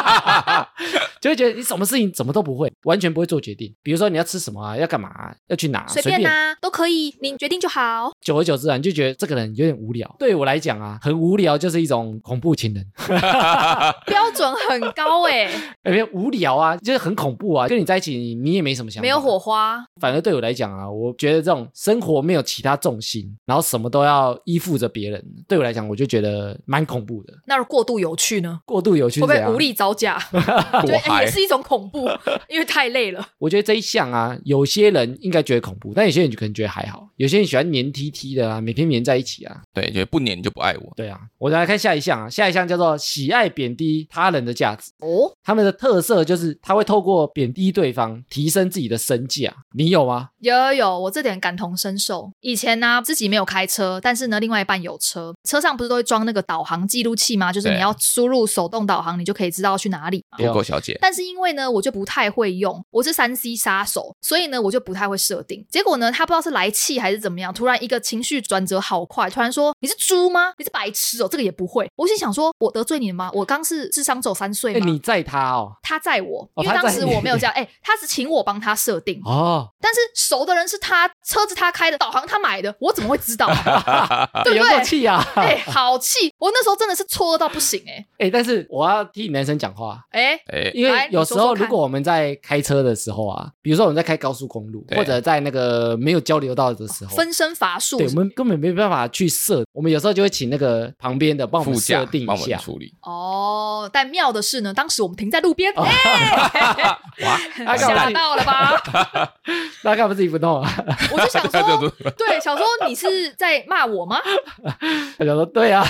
Speaker 1: 就会觉得你什么事情怎么都不会，完全不会做决定。比如说你要吃什么啊，要干嘛啊、要去哪啊、
Speaker 2: 随便啦、都可以，你决定就好。
Speaker 1: 久而久之啊，你就觉得这个人有点无聊。对我来讲啊，很无聊就是一种恐怖情人，
Speaker 2: 标准很高哎、
Speaker 1: 哎没有无聊啊，就是很恐怖啊。跟你在一起，你你也没什么想法，
Speaker 2: 没有火花，
Speaker 1: 反而对我来讲啊，我觉得这种生活没有其他重心，然后什么都要依附着别人，对我来讲，我就觉得蛮恐怖的。
Speaker 2: 那过度有趣呢？
Speaker 1: 过度有趣是
Speaker 2: 会不
Speaker 1: 怎
Speaker 2: 会
Speaker 1: 样
Speaker 2: 无？力招架？
Speaker 3: 我
Speaker 2: 觉得哎
Speaker 3: 还
Speaker 2: 也是一种恐怖， 因为太累了。
Speaker 1: 我觉得这一项啊，有些人应该觉得恐怖，但有些人就可能觉得还好。有些人喜欢黏 T T 的啊，每天黏在一起啊。
Speaker 3: 对，觉得不黏你就不爱我。
Speaker 1: 对啊，我再来看下一项啊，下一项叫做喜爱贬低他人的价值。
Speaker 2: 哦，
Speaker 1: 他们的特色就是他会透过贬低对方，提升自己的身价。你有吗？
Speaker 2: 有有有，我这点感同身受。以前呢、自己没有开车，但是呢，另外一半有车，车上不是都会装那个导航记录器吗？就是
Speaker 3: 对
Speaker 2: 你要输入手动导航，你就可以知道去哪里嘛。
Speaker 1: 对啊
Speaker 3: Google 小姐，
Speaker 2: 但是因为呢，我就不太会用，我是三 C 杀手，所以呢，我就不太会设定。结果呢，他不知道是来气还是怎么样，突然一个情绪转折好快，突然说你是猪吗？你是白痴哦，这个也不会。我心想说，我得罪你了吗？我刚是智商走三岁
Speaker 1: 哎，
Speaker 2: 吗？
Speaker 1: 你在他哦，
Speaker 2: 他在我，
Speaker 1: 哦
Speaker 2: 因为
Speaker 1: 他
Speaker 2: 当
Speaker 1: 载
Speaker 2: 时
Speaker 1: 你
Speaker 2: 我没有这样，哎、他是请我帮他设定，
Speaker 1: 哦，
Speaker 2: 但是熟的人是他，车子他开的，导航他买的，我怎么会 知道、对不
Speaker 1: 有够
Speaker 2: 对？
Speaker 1: 气啊！
Speaker 2: 哎、好气！我那时候真的是错愕到不行、
Speaker 1: 哎，但是我要替男生讲话。
Speaker 2: 哎、哎，
Speaker 3: 哎，
Speaker 1: 因为
Speaker 2: 来
Speaker 1: 有
Speaker 2: 你
Speaker 1: 时
Speaker 2: 说
Speaker 1: 候，
Speaker 2: 说看
Speaker 1: 如果我们在开车的时候啊，比如说我们在开高速公路，
Speaker 3: 对
Speaker 1: 或者在那个没有交流道的时候，
Speaker 2: 分身乏术
Speaker 1: 哦对，我们根本没办法去设。我们有时候就会请那个旁边的帮我
Speaker 3: 副
Speaker 1: 们
Speaker 3: 驾
Speaker 1: 设定
Speaker 3: 帮
Speaker 1: 一
Speaker 3: 我们
Speaker 1: 下，
Speaker 3: 处理。
Speaker 2: 哦。但妙的是呢，当时我们停在路边，哎、
Speaker 3: 哇，
Speaker 1: 啊干嘛
Speaker 2: 吓到 了吧？
Speaker 1: 那干嘛自己不弄啊？
Speaker 2: 我就想
Speaker 3: 他就
Speaker 2: 说，对，想说你是在骂 我吗？
Speaker 1: 他就说对啊，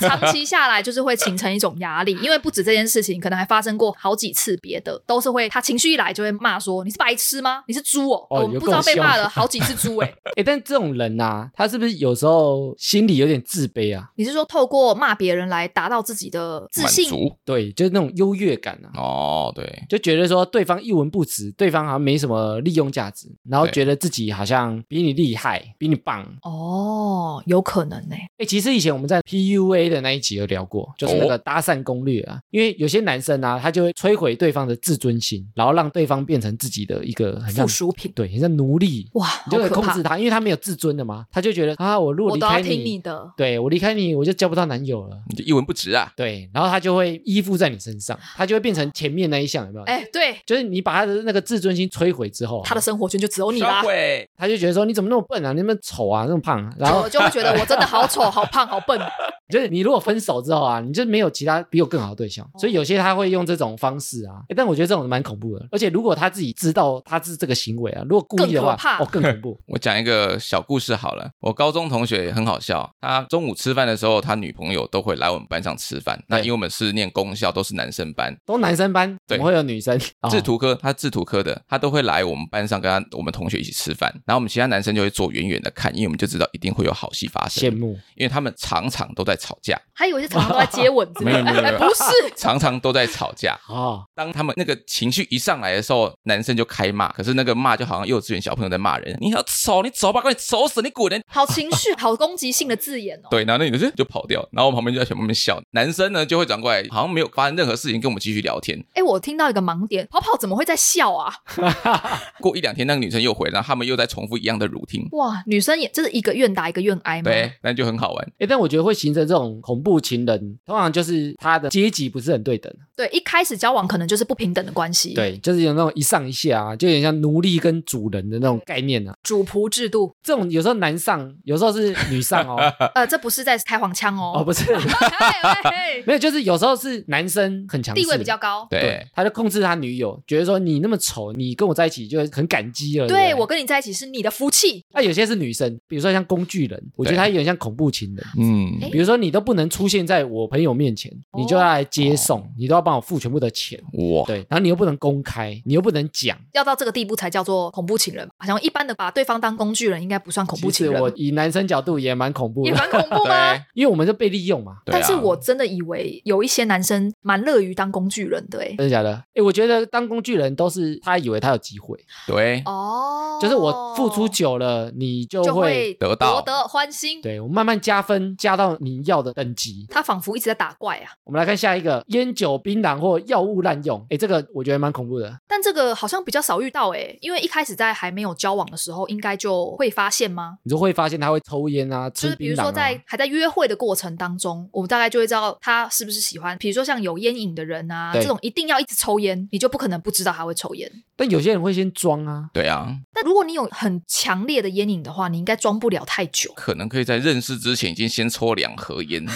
Speaker 2: 长期下来就是会形成一种压力，因为不止这件事情，可能还发生过好几次别的，都是会他情绪一来就会骂说你是白痴吗？你是猪哦！
Speaker 1: 哦
Speaker 2: 我
Speaker 1: 有
Speaker 2: 们
Speaker 1: 够
Speaker 2: 不知道被
Speaker 1: 凶
Speaker 2: 骂了好几次猪哎、
Speaker 1: 哎，但这种人呐、啊，他是不是有时候心里有点自卑啊？
Speaker 2: 你是说透过骂别人来达到自己的自
Speaker 3: 满
Speaker 2: 信？
Speaker 3: 足
Speaker 1: 对，就是那种优越感啊。
Speaker 3: 哦，对，
Speaker 1: 就觉得说对方一文不值，对方好像没什么利用价值，然后
Speaker 3: 对
Speaker 1: 觉得自己好像比你厉害，比你棒。
Speaker 2: 哦，有可能呢、
Speaker 1: 哎、其实以前我们在 PUA 的那一集有聊过，就是那个
Speaker 3: 哦
Speaker 1: 搭讪攻略啊，因为有些男生啊，他就会摧毁对方的自尊心，然后让对方变成自己的一个很像
Speaker 2: 附属品。
Speaker 1: 对，很像奴隶，
Speaker 2: 哇，好
Speaker 1: 你就可以
Speaker 2: 可
Speaker 1: 控
Speaker 2: 怕！
Speaker 1: 制他，因为他没有自尊的嘛，他就觉得啊，我如果
Speaker 2: 我
Speaker 1: 离
Speaker 2: 都要
Speaker 1: 开
Speaker 2: 听你的。
Speaker 1: 对我离开你，我就交不到男友了。
Speaker 3: 你就一文不值啊。
Speaker 1: 对，然后他就会依附在你身上，他就会变成前面那一项，有没有？
Speaker 2: 哎、对，
Speaker 1: 就是你把他的那个自尊心摧毁之后啊、
Speaker 2: 他的生活圈就只有你啦
Speaker 3: 销。毁
Speaker 1: 他就觉得说你怎么那么笨啊，你那么丑啊，那么胖、啊，然后
Speaker 2: 我就会觉得我真的好 丑、好胖、好笨。哦
Speaker 1: 就是你如果分手之后啊，你就没有其他比我更好的对象，所以有些他会用这种方方式啊。诶但我觉得这种蛮恐怖的，而且如果他自己知道他是这个行为啊，如果故意的话
Speaker 2: 更可，怕
Speaker 1: 哦，更恐 怖
Speaker 3: 我讲一个小故事好了。我高中同学也很好笑，他中午吃饭的时候，他女朋友都会来我们班上吃饭。那因为我们是念公校，都是男生班，
Speaker 1: 都男生班怎
Speaker 3: 对
Speaker 1: 么会有女生？哦
Speaker 3: 制图科他制图科的，他都会来我们班上跟他我们同学一起吃饭。然后我们其他男生就会坐远远的看，因为我们就知道一定会有好戏发生
Speaker 1: 羡，慕，
Speaker 3: 因为他们常常都在吵架，
Speaker 2: 还以为是常常都在接吻之类的，哎
Speaker 3: 没有没有没有
Speaker 2: 不是，
Speaker 3: 常常都在吵架。
Speaker 1: 哦，
Speaker 3: 当他们那个情绪一上来的时候，男生就开骂，可是那个骂就好像幼稚园小朋友在骂人，你要吵你走吧，快点走死你滚人！
Speaker 2: 好情绪，好攻击性的字眼哦。
Speaker 3: 对，然后那女的就跑掉，然后我们旁边就在旁边笑，男生呢就会转过来，好像没有发生任何事情，跟我们继续聊天。
Speaker 2: 哎，我听到一个盲点，跑跑怎么会在笑啊？
Speaker 3: 过一两天，那个女生又回来，然后他们又在重复一样的 routine，
Speaker 2: 哇，女生也就是一个愿打一个愿挨嘛。
Speaker 3: 对，那就很好玩。
Speaker 1: 哎，但我觉得会形成这种恐怖情人，通常就是他的阶级不是很对等，
Speaker 2: 对，一开始交往可能就是不平等的关系，，
Speaker 1: 对，就是有那种一上一下啊，就有点像奴隶跟主人的那种概念啊。
Speaker 2: 主仆制度。
Speaker 1: 这种有时候男上，有时候是女上 哦，
Speaker 2: 呃，这不是在开黄腔
Speaker 1: 哦
Speaker 2: 哦，
Speaker 1: 不是，
Speaker 2: 嘿嘿嘿
Speaker 1: 没有，就是有时候是男生很强势，
Speaker 2: 地位比较 高。
Speaker 3: 对，，
Speaker 1: 他就控制他女友，觉得说你那么丑，你跟我在一起就很感激了。对
Speaker 2: 对
Speaker 1: 不对
Speaker 2: 我跟你在一起是你的福气，
Speaker 1: 那有些是女生，比如说像工具人，我觉得
Speaker 3: 对
Speaker 1: 她有点像恐怖情人。
Speaker 3: 嗯
Speaker 2: 诶
Speaker 1: 比如说你都不能出现在我朋友面前，你就要来
Speaker 2: 哦
Speaker 1: 接送，你都要帮我付全部的钱。
Speaker 3: 哇，
Speaker 1: 对，然后你又不能公开，你又不能讲。
Speaker 2: 要到这个地步才叫做恐怖情人吧。好像一般的把对方当工具人，应该不算恐怖情
Speaker 1: 其实
Speaker 2: 人
Speaker 1: 我，啊以男生角度也蛮恐怖
Speaker 2: 也
Speaker 1: 的，
Speaker 2: 蛮恐怖
Speaker 3: 对，
Speaker 2: 吗？
Speaker 1: 因为我们就被利用嘛。
Speaker 3: 对啊
Speaker 2: 但是我真的以为有一些男生蛮乐于当工具人的、欸，
Speaker 1: 真的假的？哎，我觉得当工具人都是他以为他有机会，
Speaker 3: 对，
Speaker 2: 哦，
Speaker 1: 就是我付出久了，你就
Speaker 2: 就
Speaker 1: 会
Speaker 2: 会
Speaker 3: 得到
Speaker 2: 博得欢心。
Speaker 1: 对我慢慢加分，加到你要的等级。
Speaker 2: 他仿佛一直在打怪啊，
Speaker 1: 我们来看下一个，烟酒、槟榔或药物滥用。哎，这个我觉得蛮恐怖的。
Speaker 2: 但这个好像比较少遇到哎、因为一开始在还没有交往的时候，应该就会发现吗？
Speaker 1: 你就会发现他会抽烟啊，
Speaker 2: 就
Speaker 1: 吃
Speaker 2: 是比
Speaker 1: 槟
Speaker 2: 如
Speaker 1: 榔、啊。
Speaker 2: 说在还在约会的过程当中，我们大概就会知道他是不是喜欢，比如说像有烟瘾的人啊，
Speaker 1: 对
Speaker 2: 这种一定要一直抽烟，你就不可能不知道他会抽烟。
Speaker 1: 但有些人会先装 啊，
Speaker 3: 对啊，
Speaker 2: 但如果你有很强烈的烟瘾的话，你应该装不了太 久。
Speaker 3: 可能可以在认识之前已经先抽两盒烟，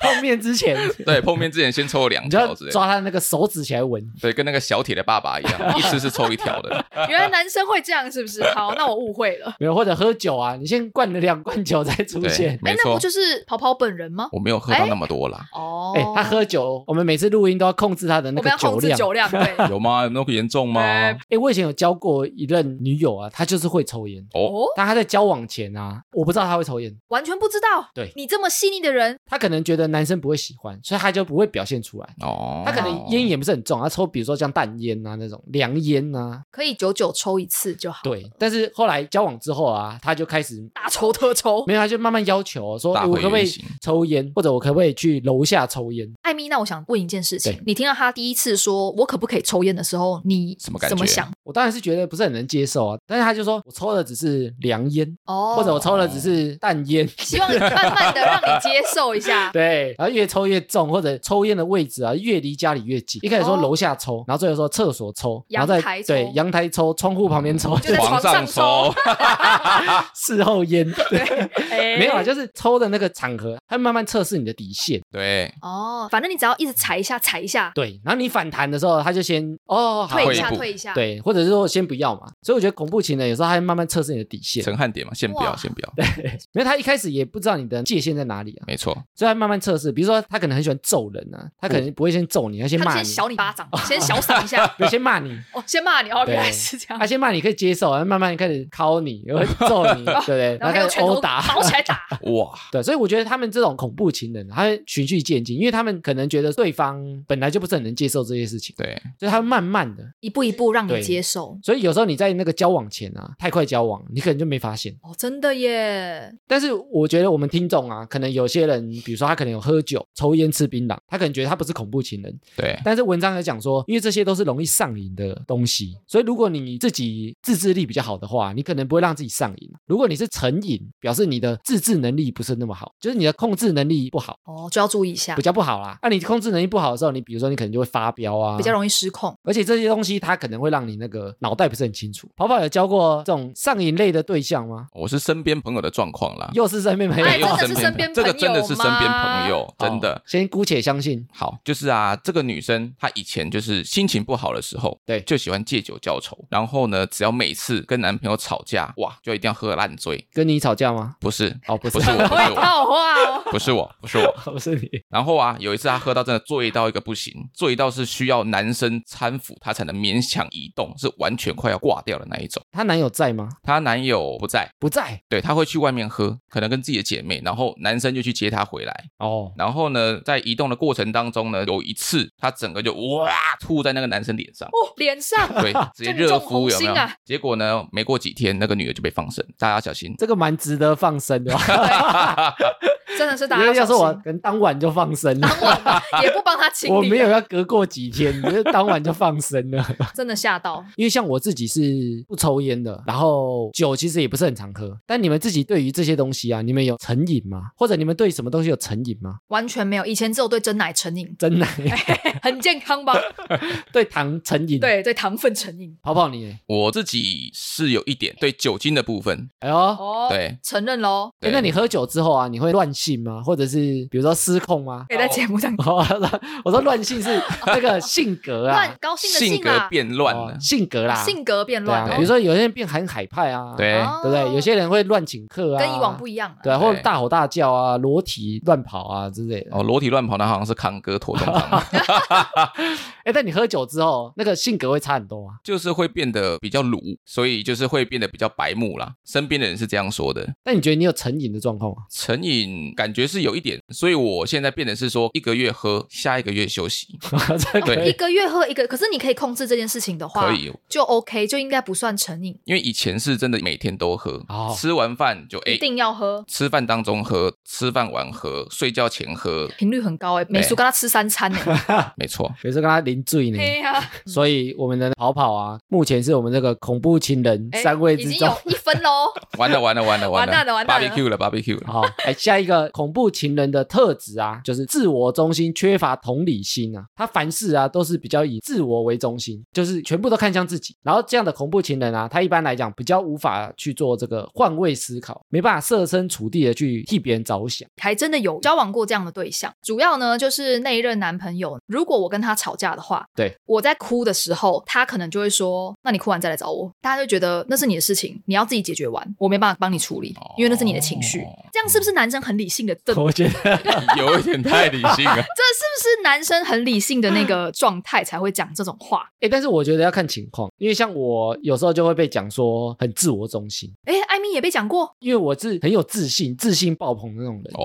Speaker 1: 碰面之 前，
Speaker 3: 对，碰面之前先抽两
Speaker 1: 你就要
Speaker 3: 条之类的，
Speaker 1: 抓他那个手指起来闻。
Speaker 3: 对，跟那个小铁的爸爸一样，一次是抽一条 的，
Speaker 2: 原来男生会这样，是不是？好，那我误会了。
Speaker 1: 没有，或者喝酒啊，你先灌了两罐酒再出
Speaker 3: 对
Speaker 1: 现，。
Speaker 2: 哎
Speaker 3: 没，
Speaker 2: 那
Speaker 3: 错
Speaker 2: 不，就是跑跑本人吗？
Speaker 3: 我没有喝到那么多啦，
Speaker 2: 哦，
Speaker 1: 哎、他喝酒，我们每次录音都要控制他的那
Speaker 2: 我们
Speaker 1: 个
Speaker 2: 要控制
Speaker 1: 量。
Speaker 2: 酒量，对。
Speaker 3: 有吗？那么严重 吗？
Speaker 2: 哎
Speaker 1: 哎、我以前有交过一任女友啊，她就是会抽烟，
Speaker 2: 哦，
Speaker 1: 但她在交往前啊，我不知道她会抽烟，
Speaker 2: 完全不知道。
Speaker 1: 对
Speaker 2: 你这么细腻的人，
Speaker 1: 她可能觉得男生不会喜欢，所以她就不会表现出来。
Speaker 3: 哦，
Speaker 1: 她可能烟也不是很重，她抽比如说像淡烟啊那种凉烟啊，
Speaker 2: 可以久久抽一次就好。，
Speaker 1: 对。但是后来交往之后啊，她就开始
Speaker 2: 大抽特抽。
Speaker 1: 没有，他就慢慢要求说，
Speaker 3: 大
Speaker 1: 欸
Speaker 3: 回
Speaker 1: 我可不可以
Speaker 3: 原形
Speaker 1: 抽烟，或者我可不可以去楼下抽烟？
Speaker 2: 艾米，那我想问一件事情
Speaker 1: 对，
Speaker 2: 你听到他第一次说我可不可以抽烟的时候，你
Speaker 3: 什么感觉
Speaker 2: 怎么想？
Speaker 1: 我当然是觉得不是很能接受啊，但是他就说我抽的只是凉烟，
Speaker 2: 哦，
Speaker 1: 或者我抽的只是淡烟，
Speaker 2: 希望慢慢的让你接受一下。
Speaker 1: 对，然后越抽越重，或者抽烟的位置啊越离家里越近。一开始说
Speaker 2: 哦
Speaker 1: 楼下抽，然后最后说厕所抽，然后再
Speaker 2: 阳台抽
Speaker 1: 对阳台抽，窗户旁边抽，
Speaker 2: 就在
Speaker 3: 床
Speaker 2: 床上
Speaker 3: 上抽
Speaker 2: 抽，
Speaker 1: 事后烟， 对，
Speaker 2: 哎
Speaker 1: 没有啊，就是抽的那个场合，他慢慢测试你的底线，
Speaker 3: 对，
Speaker 2: 哦，反正你只要一直踩一下，踩一下，
Speaker 1: 对，然后你反弹的时候，他就先哦好
Speaker 2: 退一
Speaker 3: 退一
Speaker 2: 下，
Speaker 3: 步
Speaker 2: 退一下。，
Speaker 1: 对，或者是说先不要嘛。所以我觉得恐怖情人有时候他会慢慢测试你的底线，
Speaker 3: 陈汉典嘛，先不要，
Speaker 2: 哇
Speaker 3: 先不要，
Speaker 1: 因为他一开始也不知道你的界限在哪里啊，
Speaker 3: 没 错，
Speaker 1: 所以他慢慢测试。比如说他可能很喜欢揍人啊，他可
Speaker 3: 嗯
Speaker 1: 能不会先揍你，他先
Speaker 2: 他
Speaker 1: 骂
Speaker 2: 先
Speaker 1: 你，。
Speaker 2: 小你巴掌，先小赏一下
Speaker 1: 对，先骂你，
Speaker 2: 哦，先骂你哦，
Speaker 1: 对
Speaker 2: 原来是这样
Speaker 1: 啊他。先骂你可以接受，然后慢慢开始敲你，然后揍 你，对不对？
Speaker 2: 然后还
Speaker 1: 开
Speaker 2: 有
Speaker 1: 始
Speaker 2: 拳头
Speaker 1: 殴打。
Speaker 2: 跑起来打。
Speaker 3: 哇，
Speaker 1: 对，所以我觉得他们这种恐怖情人，他会循序渐进，因为他们可能觉得对方本来就不是很能接受这些事情，
Speaker 3: 对，
Speaker 1: 所以他会慢慢的。
Speaker 2: 一步一步让
Speaker 1: 对
Speaker 2: 你接受。
Speaker 1: 所以有时候你在那个交往前啊，太快交往，你可能就没发现。
Speaker 2: 哦，真的耶！
Speaker 1: 但是我觉得我们听众啊，可能有些人，比如说他可能有喝酒、抽烟、吃槟榔，他可能觉得他不是恐怖情人。
Speaker 3: 对，
Speaker 1: 但是文章有讲说，因为这些都是容易上瘾的东西，所以如果你自己自制力比较好的话，你可能不会让自己上瘾。如果你是成瘾，表示你的自制能力不是那么好，就是你的控制能力不好，
Speaker 2: 哦，就要注意一下
Speaker 1: 比，较不好啦。那、啊你控制能力不好的时候，你比如说你可能就会发飙啊，
Speaker 2: 比较容易失控。
Speaker 1: 而且这些东西它可能会让你那个脑袋不是很清楚。跑跑有教过这种上瘾类的对象吗？
Speaker 3: 我是身边朋友的状况啦，
Speaker 1: 又是在妹妹，
Speaker 2: 啊哎
Speaker 3: 又
Speaker 2: 真的是
Speaker 3: 身边
Speaker 2: 身边
Speaker 3: 这个
Speaker 2: 朋
Speaker 3: 真的
Speaker 2: 友
Speaker 3: 是身边朋
Speaker 2: 吗
Speaker 3: 友，真的
Speaker 1: 哦哦。先姑且相信。
Speaker 3: 好，就是啊，那这个女生她以前就是心情不好的时候，
Speaker 1: 对
Speaker 3: 就喜欢借酒浇愁。然后呢，只要每次跟男朋友吵架，哇，就一定要喝烂醉。
Speaker 1: 跟你吵架吗？
Speaker 3: 不是，
Speaker 1: 哦，不是
Speaker 3: 不 是我，不是
Speaker 2: 会
Speaker 3: 我，
Speaker 2: 套话哦。
Speaker 3: 不是我，不是我。
Speaker 1: 不是你，
Speaker 3: 然后啊，有一次她喝到真的醉到一个不行，醉到是需要男生搀扶她才能勉强移动，是完全快要挂掉的那一种。
Speaker 1: 她男友在吗？
Speaker 3: 她男友不在，
Speaker 1: 不在
Speaker 3: 对，她会去外面喝，可能跟自己的姐妹，然后男生就去接她回来。
Speaker 1: 哦，
Speaker 3: 然后呢，在移动的过程当中呢，有一次她整个就哇吐在那个男生脸 上。
Speaker 2: 哦，脸上
Speaker 3: 对，直接
Speaker 2: 正中
Speaker 3: 热敷
Speaker 2: 红
Speaker 3: 有没
Speaker 2: 心
Speaker 3: 有
Speaker 2: 啊？
Speaker 3: 结果呢，没过几天，那个女的就被放生，大家小心。
Speaker 1: 这个蛮值得放生的吧。哦
Speaker 2: 真的是大
Speaker 1: 因
Speaker 2: 家
Speaker 1: 为要是
Speaker 2: 小
Speaker 1: 我
Speaker 2: 心
Speaker 1: 可能当晚就放生了，
Speaker 2: 也不帮他清理，
Speaker 1: 我没有，要隔过几天，就是当晚就放生了。
Speaker 2: 啊真的吓到。
Speaker 1: 因为像我自己是不抽烟的，然后酒其实也不是很常喝。但你们自己对于这些东西啊，你们有成瘾吗？或者你们对什么东西有成瘾吗？
Speaker 2: 完全没有，以前只有对真奶成瘾，
Speaker 1: 真 的
Speaker 2: 很健 康吧？
Speaker 1: 对糖成瘾？，
Speaker 2: 对，对糖分成瘾。
Speaker 1: 跑跑你，欸
Speaker 3: 我自己是有一点对酒精的部分，
Speaker 1: 哎呦。
Speaker 2: 哦，
Speaker 3: 对，
Speaker 2: 承认喽。
Speaker 1: 哎
Speaker 3: 对
Speaker 1: 那你喝酒之后啊，你会乱性吗？或者是比如说失控吗？
Speaker 2: 可以在
Speaker 3: 哦
Speaker 2: 节目上
Speaker 1: 我说我说乱性是那个性格
Speaker 2: 乱
Speaker 1: 啊，
Speaker 2: 高兴的
Speaker 3: 性格
Speaker 2: 啦，
Speaker 3: 变乱了
Speaker 1: 哦。性格啦，
Speaker 2: 性格变
Speaker 1: 对
Speaker 2: 乱
Speaker 1: 啊
Speaker 2: 了，
Speaker 1: 比如说有些人变很海派啊，
Speaker 3: 对
Speaker 2: 哦
Speaker 1: 对不对？有些人会乱请客啊，
Speaker 2: 跟以往不一样啊。
Speaker 1: 对啊，或者
Speaker 3: 对
Speaker 1: 大吼大叫啊，裸体乱跑啊之类的。
Speaker 3: 哦，裸体乱跑那好像是康哥妥中堂，
Speaker 1: 哎，但你喝酒之后，那个性格会差很多啊吗？
Speaker 3: 就是会变得比较鲁，所以就是会变得比较白目啦。身边的人是这样说的，
Speaker 1: 但你觉得你有成瘾的状况吗？
Speaker 3: 成瘾感觉是有一点，所以我现在变得是说一个月喝，下一个月休息，
Speaker 1: 这个
Speaker 3: 对
Speaker 2: 一个月喝一个，可是你可以控制这件事情的话，
Speaker 3: 可以，
Speaker 2: 就 OK，就应该不算成瘾，
Speaker 3: 因为以前是真的每天都喝，
Speaker 1: 哦
Speaker 3: 吃完饭就哎
Speaker 2: 一定要喝，
Speaker 3: 吃饭当中喝，吃饭完喝，睡觉前喝，
Speaker 2: 频率很高哎。美术跟他吃三餐 哎，
Speaker 3: 没错。
Speaker 1: 有时候跟他零醉呢。
Speaker 2: 对呀，
Speaker 1: 所以我们的跑跑啊，目前是我们这个恐怖情人
Speaker 2: 哎
Speaker 1: 三位
Speaker 2: 已
Speaker 1: 之
Speaker 2: 经
Speaker 1: 中。
Speaker 2: 有一分喽，
Speaker 3: 完了完了完了
Speaker 2: 完蛋
Speaker 3: 了
Speaker 2: 了完蛋了
Speaker 3: b 了 b 比 Q 了。
Speaker 1: 好，哎，下一个恐怖情人的特质啊，就是自我中心、缺乏同理心啊。他凡事啊都是比较以自我为中心，就是全部都看向自己。然后这样的恐怖情人啊，他一般来讲比较无法去做这个换位思考，没办法设身处地的去替别人着想。
Speaker 2: 还真的有交往过这样的对象。主要呢就是那一任男朋友，如果我跟他吵架的话，
Speaker 1: 对
Speaker 2: 我在哭的时候，他可能就会说：“那你哭完再来找我。”大家就觉得那是你的事情，你要自己解决完，我没办法帮你处理，
Speaker 1: 哦
Speaker 2: 因为那是你的情绪。
Speaker 3: 哦
Speaker 2: 这样是不是男生很理性的？这这 是
Speaker 1: 我觉得
Speaker 3: 有一点太理 性了。
Speaker 2: 不是男生很理性的那个状态才会讲这种话？
Speaker 1: 哎、但是我觉得要看情况，因为像我有时候就会被讲说很自我中心，
Speaker 2: 哎，艾米也被讲过
Speaker 1: 因为我是很有自信、自信爆棚的那种人。
Speaker 3: 哦，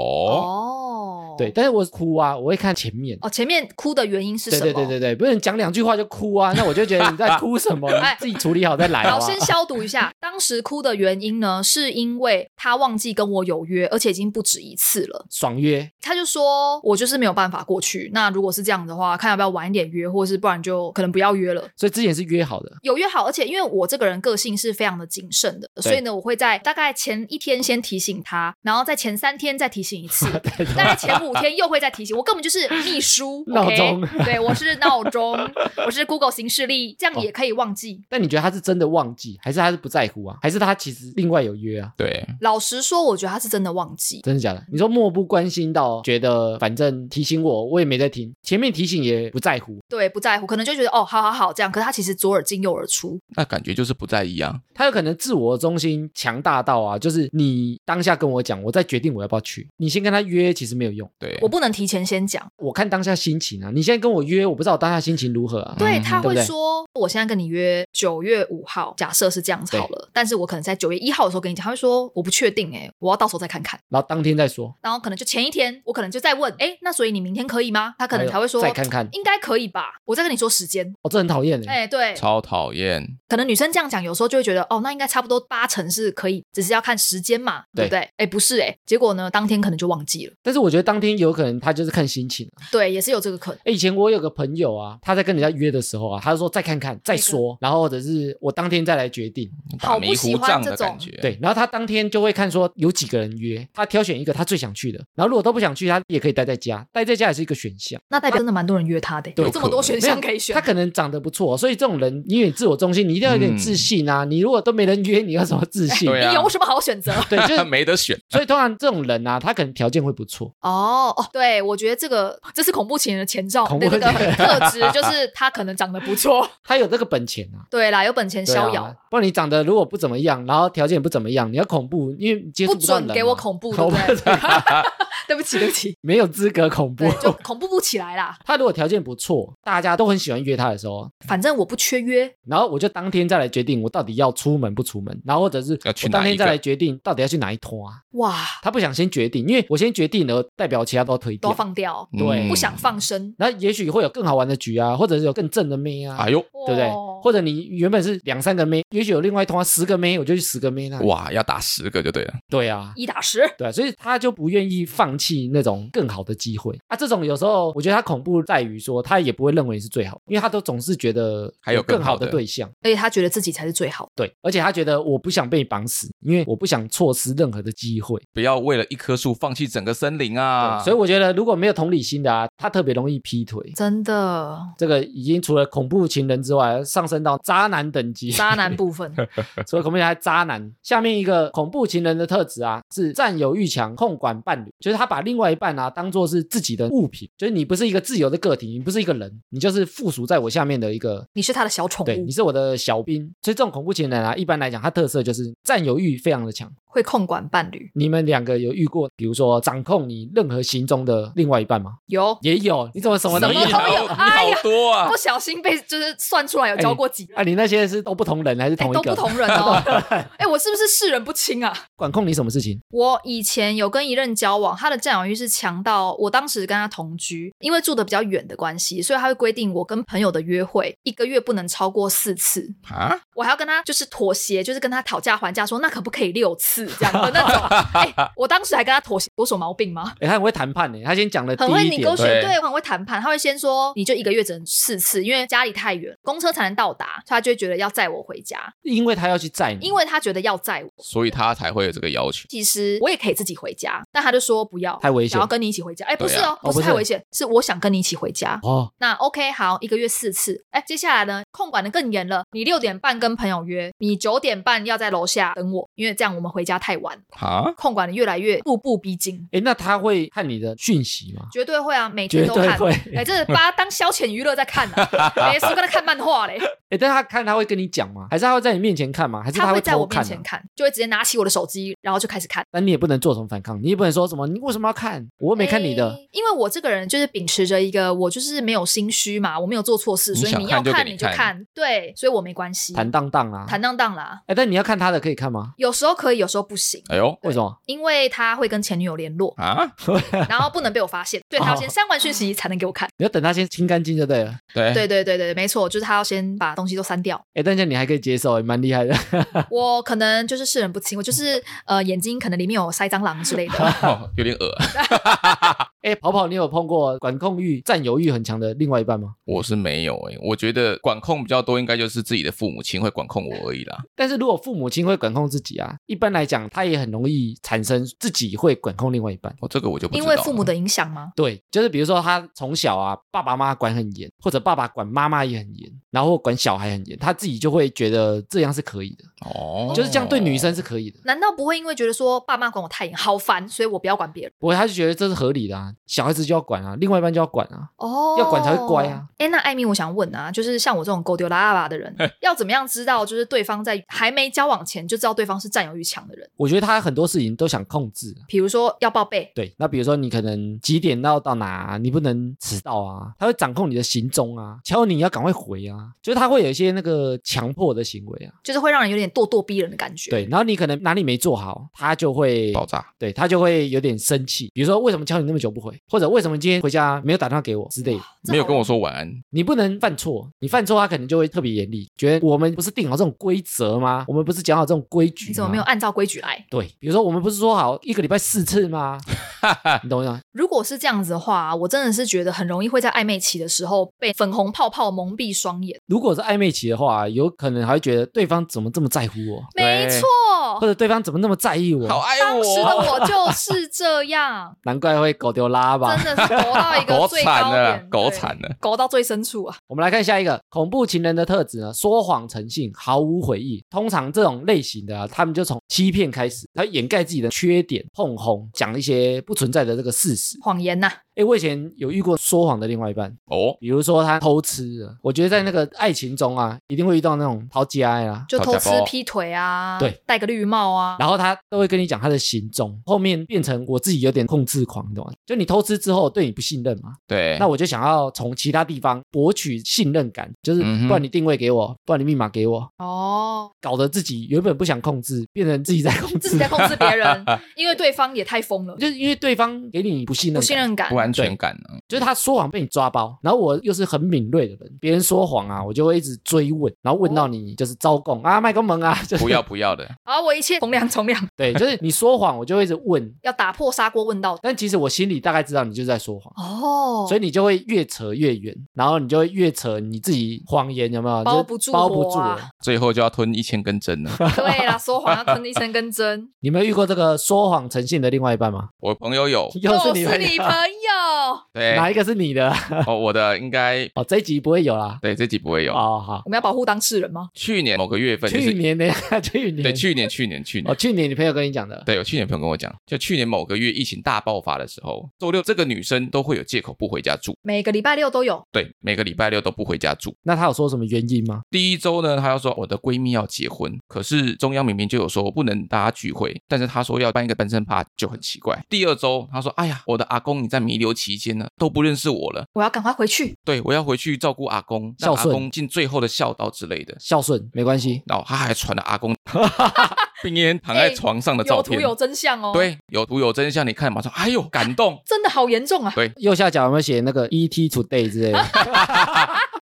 Speaker 2: 哦，
Speaker 1: 对，但是我哭啊，我会看前面。
Speaker 2: 哦，前面哭的原因是什
Speaker 1: 对
Speaker 2: 么？
Speaker 1: 对对对对，不是你讲两句话就哭啊，那我就觉得你在哭什 么，你
Speaker 2: 哎
Speaker 1: 自己处理好再来
Speaker 2: 好，
Speaker 1: 好吧。
Speaker 2: 先消毒一下。 当时哭的原因呢，是因为他忘记跟我有约，而且已经不止一次了。
Speaker 1: 爽约，
Speaker 2: 他就说我就是没有办法过去。那如果是这样的话，看要不要晚一点约，或是不然就可能不要约了。
Speaker 1: 所以之前是约好的，
Speaker 2: 有约好，而且因为我这个人个性是非常的谨慎的，所以呢，我会在大概前一天先提醒他，然后在前三天再提醒一次， 大概前五天又会再提醒。我根本就是秘书，
Speaker 1: 闹
Speaker 2: OK？
Speaker 1: 钟
Speaker 2: 对我是闹 钟，我是 Google 形式力，这样也可以忘记。
Speaker 1: 但你觉得他是真的忘记，还是他是不在乎啊？还是他其实另外有约啊？
Speaker 3: 对，
Speaker 2: 老实说，我觉得他是真的忘记，
Speaker 1: 真的假的？你说漠不关心到觉得反正提醒我，我也没在听，前面提醒也不在乎，
Speaker 2: 对，不在乎，可能就觉得哦，好好好这样，可是他其实左耳进右耳出，
Speaker 3: 那感觉就是不在意啊。
Speaker 1: 他有可能自我中心强大到啊，就是你当下跟我讲，我再决定我要不要去。你先跟他约，其实没有用。
Speaker 3: 对，
Speaker 2: 我不能提前先讲。
Speaker 1: 我看当下心情啊，你现在跟我约，我不知道我当下心情如何啊。
Speaker 2: 对，
Speaker 3: 嗯
Speaker 2: 他
Speaker 1: 对不
Speaker 2: 会
Speaker 1: 对
Speaker 2: 说，我现在跟你约九月五号，假设是这样子好了，但是我可能在九月一号的时候跟你讲，他会说我不确定、欸，我要到时候再看看。
Speaker 1: 然后当天再说，
Speaker 2: 然后可能就前一天，我可能就再问，哎、那所以你明天可以吗？他可能才会说，
Speaker 1: 再看看。
Speaker 2: 应该可以吧，我再跟你说时间。
Speaker 1: 哦，这很讨厌哎、
Speaker 2: 哎、对，
Speaker 3: 超讨厌。
Speaker 2: 可能女生这样讲，有时候就会觉得，哦，那应该差不多八成是可以，只是要看时间嘛，对不对？哎、不是、欸，哎，结果呢，当天可能就忘记了，
Speaker 1: 但是我觉得当天有可能他就是看心情、啊。
Speaker 2: 对，也是有这个可能。
Speaker 1: 哎，以前我有个朋友啊，他在跟人家约的时候啊，他就说再看看再说，然后或者是我当天再来决定。
Speaker 3: 打
Speaker 2: 好
Speaker 3: 迷
Speaker 2: 不喜
Speaker 3: 糊
Speaker 2: 欢
Speaker 3: 仗
Speaker 2: 这
Speaker 3: 的
Speaker 2: 种
Speaker 3: 感，觉。
Speaker 1: 对，然后他当天就会看说有几个人约，他挑选一个他最想去的，然后如果都不想去，他也可以待在家，待在家也是一个选项。
Speaker 2: 那代表真的蛮多人约他的欸、
Speaker 1: 对
Speaker 2: 有这么多选
Speaker 1: 没有
Speaker 2: 项可以选
Speaker 1: 他。可能长得不错，所以这种人因为你自我中心，你一定要有点自信啊！你如果都没人约，你要什么自信？
Speaker 3: 嗯 对 啊
Speaker 2: 你有什么好选择？
Speaker 1: 对，就是
Speaker 3: 没得选。
Speaker 1: 所以通常这种人啊，他可能条件会不错，
Speaker 2: 哦哦，对，我觉得这个这是恐怖情人的前兆，
Speaker 1: 恐
Speaker 2: 对
Speaker 1: 怖
Speaker 2: 这个
Speaker 1: 情人
Speaker 2: 特质就是他可能长得不 错。
Speaker 1: 他有这个本钱啊。
Speaker 2: 对啦，有本钱
Speaker 1: 对
Speaker 2: 逍
Speaker 1: 啊
Speaker 2: 遥，，
Speaker 1: 不然你长得如果不怎么样，然后条件也不怎么样，你要恐怖，因为你接触
Speaker 2: 不
Speaker 1: 到人
Speaker 2: 准
Speaker 1: 嘛
Speaker 2: 给我恐怖，对
Speaker 1: 恐
Speaker 2: 不
Speaker 1: 怖
Speaker 2: 对？ 对不起，对不起，
Speaker 1: 没有资格恐怖
Speaker 2: 对，。就恐怖不起来啦。
Speaker 1: 他如果条件不错，大家都很喜欢约他的时候，
Speaker 2: 反正我不缺约，
Speaker 1: 然后我就当天再来决定我到底要出门不出门，然后或者是
Speaker 3: 要去
Speaker 1: 我当
Speaker 3: 哪一
Speaker 1: 天再
Speaker 3: 个
Speaker 1: 来决定到底要去哪一拖啊。
Speaker 2: 哇，
Speaker 1: 他不想先决定，因为我先决定了，代表其他都要推
Speaker 2: 都要
Speaker 1: 掉。
Speaker 2: 放掉，
Speaker 1: 对
Speaker 2: 不想放生，
Speaker 1: 那也许会有更好玩的局啊，或者是有更正的妹啊，
Speaker 3: 哎呦，
Speaker 1: 对不对
Speaker 2: 哇？
Speaker 1: 或者你原本是两三个妹，也许有另外一通啊十个妹，我就去十个妹那里。
Speaker 3: 哇，要打十个就对了。
Speaker 1: 对啊，
Speaker 2: 一打十，
Speaker 1: 对啊，所以他就不愿意放弃那种更好的机会啊。这种有时候我觉得他恐怖在于说，他也不会认为你是最好，因为他都总是觉得
Speaker 3: 还有
Speaker 1: 更
Speaker 3: 更好
Speaker 1: 好的
Speaker 3: 的
Speaker 1: 对象。
Speaker 2: 而且他觉得自己才是最好的。
Speaker 1: 对，而且他觉得我不想被绑死，因为我不想错失任何的机会。
Speaker 3: 不要为了一棵树放弃整个森林啊！
Speaker 1: 对所以我觉得如果没有同理心的啊，他特别容易劈腿。
Speaker 2: 真的，
Speaker 1: 这个已经除了恐怖情人之外，上升到渣男等级。
Speaker 2: 渣男部 分
Speaker 1: 除了恐怖情人，还渣男。下面一个恐怖情人的特质啊，是占有欲强，控管伴侣，啊就是他把另外一半啊当做是自己的物品，就是你不是一个自由的个体，你不是一个人，你就是附属在我下面的一个。
Speaker 2: 你是他的小宠
Speaker 1: 对，
Speaker 2: 物
Speaker 1: 你，是我的小兵，所以这种恐怖情人啊，一般来讲，他特色就是占有欲非常的强。
Speaker 2: 会控管伴侣，
Speaker 1: 你们两个有遇过，比如说掌控你任何行踪的另外一半吗？
Speaker 2: 有
Speaker 1: 也有，你怎么什么都
Speaker 2: 什么
Speaker 1: 有
Speaker 2: 都有
Speaker 3: 你好
Speaker 2: 哎呀
Speaker 3: 你好多啊
Speaker 2: 不！小心被就是算出来有教过几
Speaker 1: 啊，你那些是都不同人还是
Speaker 2: 哎
Speaker 1: 同一
Speaker 2: 都
Speaker 1: 个？
Speaker 2: 不同人 哦。哎，我是不是世人不清啊？
Speaker 1: 管控你什么事情？
Speaker 2: 我以前有跟一任交往，他的占有欲是强到我当时跟他同居，因为住的比较远的关系，所以他会规定我跟朋友的约会一个月不能超过四次，
Speaker 1: 哎
Speaker 3: 啊，
Speaker 2: 我还要跟他就是妥协，就是跟他讨价还价说那可不可以六次这样的那 种。哎、我当时还跟他妥协，我有什么毛病吗？
Speaker 1: 哎、他很会谈判呢，他先讲呃了第
Speaker 2: 很会
Speaker 1: 一
Speaker 2: 你
Speaker 1: 点
Speaker 2: 勾，选，
Speaker 3: 对
Speaker 2: 对，很会谈判。他会先说，你就一个月只能四次，因为家里太远，公车才能到达，所以他就会觉得要载我回家，
Speaker 1: 因为他要去载你，
Speaker 2: 因为他觉得要载我。
Speaker 3: 所以他才会有这个要求。
Speaker 2: 其实我也可以自己回家，但他就说不要，
Speaker 1: 太危险
Speaker 2: 想要跟你一起回家。哎，不是
Speaker 3: 对啊
Speaker 2: 哦，
Speaker 1: 哦不
Speaker 2: 不是
Speaker 1: 是
Speaker 2: 太危险，是我想跟你一起回家。
Speaker 1: 哦，
Speaker 2: 那 OK，好，一个月四次。哎，接下来呢，控管的更严了。你六点半跟朋友约，你九点半要在楼下等我，因为这样我们回家太晚。
Speaker 3: 啊，
Speaker 2: 控管的越来越步步逼近，
Speaker 1: 哎，那他会看你的讯息吗？
Speaker 2: 绝对会啊，每
Speaker 1: 绝
Speaker 2: 天都
Speaker 1: 对
Speaker 2: 看。
Speaker 1: 会，
Speaker 2: 哎，这是把它当消遣娱乐在看 啊，没事跟他看漫画嘞。
Speaker 1: 哎，但他看他会跟你讲吗？还是他会在你面前看吗？还是
Speaker 2: 他
Speaker 1: 会
Speaker 2: 在
Speaker 1: 偷
Speaker 2: 我
Speaker 1: 看、
Speaker 2: 面
Speaker 1: 啊？
Speaker 2: 前看，就会直接拿起我的手机，然后就开始看。
Speaker 1: 但你也不能做什么反抗，你也不能说什么，你为什么要看？我又
Speaker 2: 我
Speaker 1: 没看你的。
Speaker 2: 因为我这个人就是秉持着一个我就是没有心虚嘛，我没有做错事，
Speaker 3: 你
Speaker 2: 所以
Speaker 3: 想
Speaker 2: 你要
Speaker 3: 看就给
Speaker 2: 看
Speaker 3: 你
Speaker 2: 你就
Speaker 3: 看
Speaker 2: 看，对，所以我没关系，
Speaker 1: 坦荡荡啊，
Speaker 2: 坦荡荡啦。
Speaker 1: 哎，但你要看他的可以看吗？
Speaker 2: 有时候可以，有时候不行，
Speaker 3: 哎呦，
Speaker 1: 为什么？
Speaker 2: 因为他会跟前女友联络
Speaker 3: 啊，
Speaker 2: 然后不能被我发现，对他要先删完讯息才能给我看。
Speaker 1: 你要等他先清干净就对了。
Speaker 3: 对
Speaker 2: 对对对对，没错，就是他要先把东西都删掉。
Speaker 1: 哎，但是你还可以接受，哎蛮厉害的。
Speaker 2: 我可能就是世人不清，我就是呃眼睛可能里面有塞蟑螂之类的。
Speaker 3: 哦有点恶。
Speaker 1: 哎，跑跑，你有碰过管控欲、占有欲很强的另外一半吗？
Speaker 3: 我是没有哎、我觉得管控比较多，应该就是自己的父母亲会管控我而已啦。
Speaker 1: 但是如果父母亲会管控自己啊，一般来讲，他也很容易产生自己会管控另外一半。
Speaker 3: 哦，这个我就不知
Speaker 2: 因
Speaker 3: 道了
Speaker 2: 为父母的影响吗？
Speaker 1: 对，就是比如说他从小啊，爸爸妈妈管很严，或者爸爸管妈妈也很严，然后管小孩很严，他自己就会觉得这样是可以的，
Speaker 3: 哦，
Speaker 1: 就是这样对女生是可以的。
Speaker 2: 难道不会因为觉得说爸妈管我太严，好烦，所以我不要管别人？
Speaker 1: 不过他就觉得这是合理的啊，小孩子就要管啊，另外一半就要管啊。
Speaker 2: 哦
Speaker 1: 要管才会乖啊。
Speaker 2: 哎，那艾米，我想问啊，就是像我这种狗丢拉拉的人，要怎么样知道就是对方在还没交往前就知道对方是占有欲强的人？
Speaker 1: 我觉得他很多事情都想控制。啊
Speaker 2: 比如说要报备，
Speaker 1: 对，那比如说你可能几点要到哪啊、你不能迟到啊，他会掌控你的行踪啊，敲你要赶快回啊，就是他会有一些那个强迫的行为啊。
Speaker 2: 就是会让人有点咄咄逼人的感觉。
Speaker 1: 对，，然后你可能哪里没做好，他就会
Speaker 3: 爆炸，
Speaker 1: 对他就会有点生气，比如说为什么敲你那么久不回，或者为什么今天回家没有打电话给我之类的。
Speaker 2: 这
Speaker 3: 没有
Speaker 2: 好
Speaker 3: 跟我说晚安，
Speaker 1: 你不能犯错，你犯错他可能就会特别严厉，觉得我们不是定好这种规则吗？我们不是讲好这种规矩吗？
Speaker 2: 你怎么没有按照规矩来？
Speaker 1: 对，比如说我们不是说好一个礼拜四次吗？你懂我意思吗？
Speaker 2: 如果是这样子的话，我真的是觉得很容易会在暧昧期的时候被粉红泡泡蒙蔽双眼。
Speaker 1: 如果是暧昧期的话，有可能还会觉得对方怎么这么在乎我。
Speaker 2: 没
Speaker 3: 对
Speaker 2: 错，
Speaker 1: 或
Speaker 2: 我，
Speaker 1: 者对方怎么那么在意
Speaker 3: 好
Speaker 1: 我，
Speaker 3: 爱
Speaker 2: 当时的
Speaker 3: 我，
Speaker 2: 我就是这样，
Speaker 1: 难怪会狗丢拉吧
Speaker 2: 真。的是狗到一个
Speaker 3: 狗
Speaker 2: 最
Speaker 3: 惨
Speaker 2: 高
Speaker 3: 了啦
Speaker 2: 点，，
Speaker 3: 狗
Speaker 2: 对
Speaker 3: 惨了。
Speaker 2: 狗到最深处啊！
Speaker 1: 我们来看下一个恐怖情人的特质呢，说谎成性，毫无悔意。通常这种类型的啊，他们就从欺骗开始，他掩盖自己的缺点，碰红，讲一些不存在的这个事实。
Speaker 2: 谎言呐、
Speaker 1: 诶，我以前有遇过说谎的另外一半，
Speaker 3: 哦，
Speaker 1: 比如说他偷吃了，我觉得在那个爱情中啊，一定会遇到那种抛家呀、啊。
Speaker 2: 就
Speaker 3: 讨
Speaker 2: 偷
Speaker 3: 价
Speaker 2: 吃
Speaker 3: 包
Speaker 2: 劈腿啊，
Speaker 1: 对，
Speaker 2: 戴个绿帽啊，
Speaker 1: 然后他都会跟你讲他的行踪，后面变成我自己有点控制狂，你懂吗？就你偷吃之后对你不信任嘛，
Speaker 3: 对，
Speaker 1: 那我就想要从其他地方博取信任感，就是
Speaker 3: 嗯哼
Speaker 1: 不然你定位给我，不然你密码给我，
Speaker 2: 哦，
Speaker 1: 搞得自己原本不想控制，变成自己在控
Speaker 2: 自己
Speaker 1: 制
Speaker 2: 在。控制别人，因为对方也太疯了，
Speaker 1: 就是因为对方给你不信任
Speaker 2: 不
Speaker 1: 感，
Speaker 2: 信任感
Speaker 3: 不。安全感啊呢？
Speaker 1: 就是他说谎被你抓包，然后我又是很敏锐的人，别人说谎啊，我就会一直追问，然后问
Speaker 2: 哦
Speaker 1: 到你就是招供、啊，卖公盟啊， 就是
Speaker 3: 不要不要的，
Speaker 2: 好，我一切从良从良，
Speaker 1: 对，就是你说谎，我就会一直问，
Speaker 2: 要打破砂锅问到底。
Speaker 1: 但其实我心里大概知道你就是在说谎，
Speaker 2: 哦，
Speaker 1: 所以你就会越扯越远，然后你就会越扯你自己谎言有没有？
Speaker 2: 包
Speaker 1: 就是
Speaker 2: 不住
Speaker 1: 包不
Speaker 2: 火
Speaker 1: 住
Speaker 2: 啊
Speaker 1: 了。
Speaker 3: 最后就要吞一千 根针了。
Speaker 2: 对啦，说谎要吞一生根针，
Speaker 1: 你们有遇过这个说谎成性的另外一半 吗？
Speaker 3: 我朋友有，
Speaker 1: 又是你
Speaker 2: 是
Speaker 1: 们
Speaker 2: 你朋友。
Speaker 3: 对，
Speaker 1: 哪一个是你的？
Speaker 3: 哦，我的应该
Speaker 1: 哦，这一集不会有啦。
Speaker 3: 对这集不会有。
Speaker 1: 哦，好，
Speaker 2: 我们要保护当事人吗？
Speaker 3: 去年某个月份，就
Speaker 1: 去
Speaker 3: 是
Speaker 1: 年呢？ 去年
Speaker 3: 对，去年去年去
Speaker 1: 哦，
Speaker 3: 年。
Speaker 1: 去年你朋友跟你讲的。
Speaker 3: 对，有去年朋友跟我讲，就去年某个月疫情大爆发的时候，周六这个女生都会有借口不回家住，
Speaker 2: 每个礼拜六都有，
Speaker 3: 对，每个礼拜六都不回家住。
Speaker 1: 那他有说什么原因吗？
Speaker 3: 第一周呢，她要说我的闺蜜要结婚，可是中央明明就有说不能大家聚会，但是她说要办一个单身趴，就很奇怪。第二周她说，哎呀，我的阿公你在弥留期间呢都不认识我了，
Speaker 2: 我要赶快回去。
Speaker 3: 对我要回去照顾阿公，让
Speaker 1: 孝
Speaker 3: 阿
Speaker 1: 顺
Speaker 3: 公尽最后的孝道之类的。
Speaker 1: 孝顺没关系，
Speaker 3: 然后她还传了 阿公病恹躺在床上的照
Speaker 2: 有图
Speaker 3: 片，
Speaker 2: 有真相哦。，
Speaker 3: 对，有图有真相，你看马上，哎呦，感动。
Speaker 2: 真的好严重啊！
Speaker 1: 右下角有没有写那个 E T Today 之类的？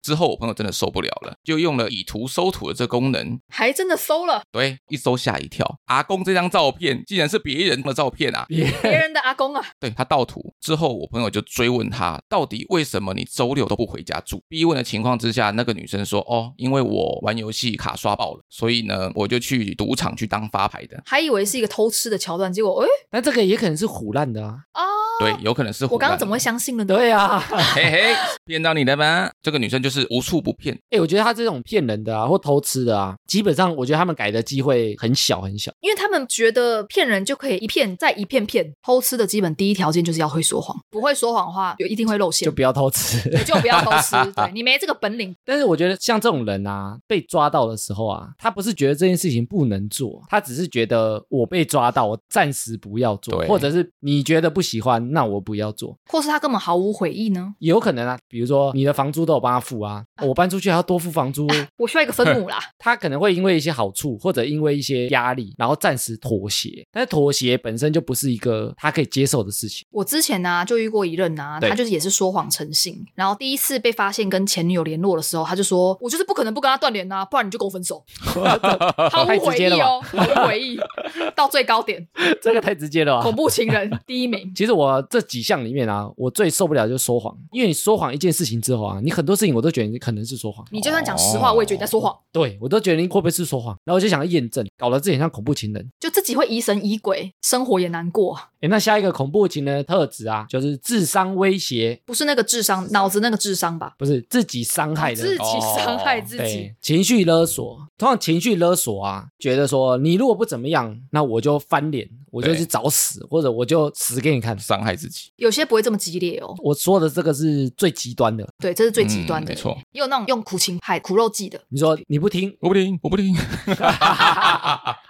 Speaker 3: 之后我朋友真的受不了了，就用了以图搜图的这功能，
Speaker 2: 还真的搜了
Speaker 3: 对，一搜吓一跳，阿公这张照片竟然是别人的照片啊！
Speaker 1: 别
Speaker 2: 别人的阿公啊，
Speaker 3: 对他盗图之后，我朋友就追问他，到底为什么你周六都不回家住？逼问的情况之下，那个女生说，哦，因为我玩游戏卡刷爆了，所以呢，我就去赌场去当发牌的。
Speaker 2: 还以为是一个偷吃的桥段，结果哎
Speaker 1: 那这个也可能是唬烂的啊。
Speaker 2: 啊，
Speaker 3: 对，有可能是
Speaker 2: 我刚刚
Speaker 3: 胡乱的
Speaker 2: 怎么会相信了呢？
Speaker 1: 对啊，
Speaker 3: 嘿嘿骗到你的吗？这个女生就是无处不骗，
Speaker 1: 哎、我觉得他这种骗人的啊，或偷吃的啊，基本上我觉得他们改的机会很小很小。
Speaker 2: 因为他们觉得骗人就可以一骗再一骗骗，偷吃的基本第一条件就是要会说谎，不会说谎的话就一定会露馅
Speaker 1: 就，不要偷吃。
Speaker 2: 你就不要偷 吃，对你没这个本领，
Speaker 1: 但是我觉得像这种人啊，被抓到的时候啊，他不是觉得这件事情不能做，他只是觉得我被抓到，我暂时不要做，
Speaker 3: 对
Speaker 1: 或者是你觉得不喜欢，那我不要做，
Speaker 2: 或是他根本毫无悔意呢？
Speaker 1: 也有可能啊。比如说你的房租都有帮他付啊，我搬出去还要多付房租，哦
Speaker 2: 我需要一个分母啦，
Speaker 1: 他可能会因为一些好处或者因为一些压力，然后暂时妥协。但是妥协本身就不是一个他可以接受的事情。
Speaker 2: 我之前呢、就遇过一任啊，
Speaker 1: 对
Speaker 2: 他就是也是说谎成性，然后第一次被发现跟前女友联络的时候，他就说我就是不可能不跟他断联啊，不然你就跟我 分手，毫
Speaker 1: 太
Speaker 2: 无
Speaker 1: 直
Speaker 2: 悔
Speaker 1: 接
Speaker 2: 意
Speaker 1: 了吧
Speaker 2: 哦，毫无 悔意，到最高点，
Speaker 1: 这个太直接了啊吧
Speaker 2: 恐？怖情人第一名，
Speaker 1: 其实我这几项里面啊，我最受不了就是说谎，因为你说谎一件事情之后啊，你很多事情我都觉得你可能是说谎，
Speaker 2: 你就算讲实
Speaker 1: 哦
Speaker 2: 话，我也觉得你在说谎，
Speaker 1: 对我都觉得你会不会是说谎，然后我就想要验证，搞得自己很像恐怖情人。
Speaker 2: 就自己会疑神疑鬼，生活也难过啊，
Speaker 1: 诶，那下一个恐怖情人的特质啊，就是智商威胁，
Speaker 2: 不是那个智商，脑子那个智商吧，
Speaker 1: 不是哦自己伤害的
Speaker 2: 自
Speaker 1: 人。
Speaker 2: 己伤害自己，
Speaker 1: 对，情绪勒索，通常情绪勒索啊，觉得说你如果不怎么样，那我就翻脸，我就
Speaker 3: 对
Speaker 1: 去找死，或者我就死给你看。
Speaker 3: 伤害自己。
Speaker 2: 有些不会这么激烈哦，
Speaker 1: 我说的这个是最极端的，
Speaker 2: 对，这是最极端的，
Speaker 3: 嗯没错，
Speaker 2: 也有那种用苦情派、苦肉计的，
Speaker 1: 你说你不 听，
Speaker 3: 我不听，我不听。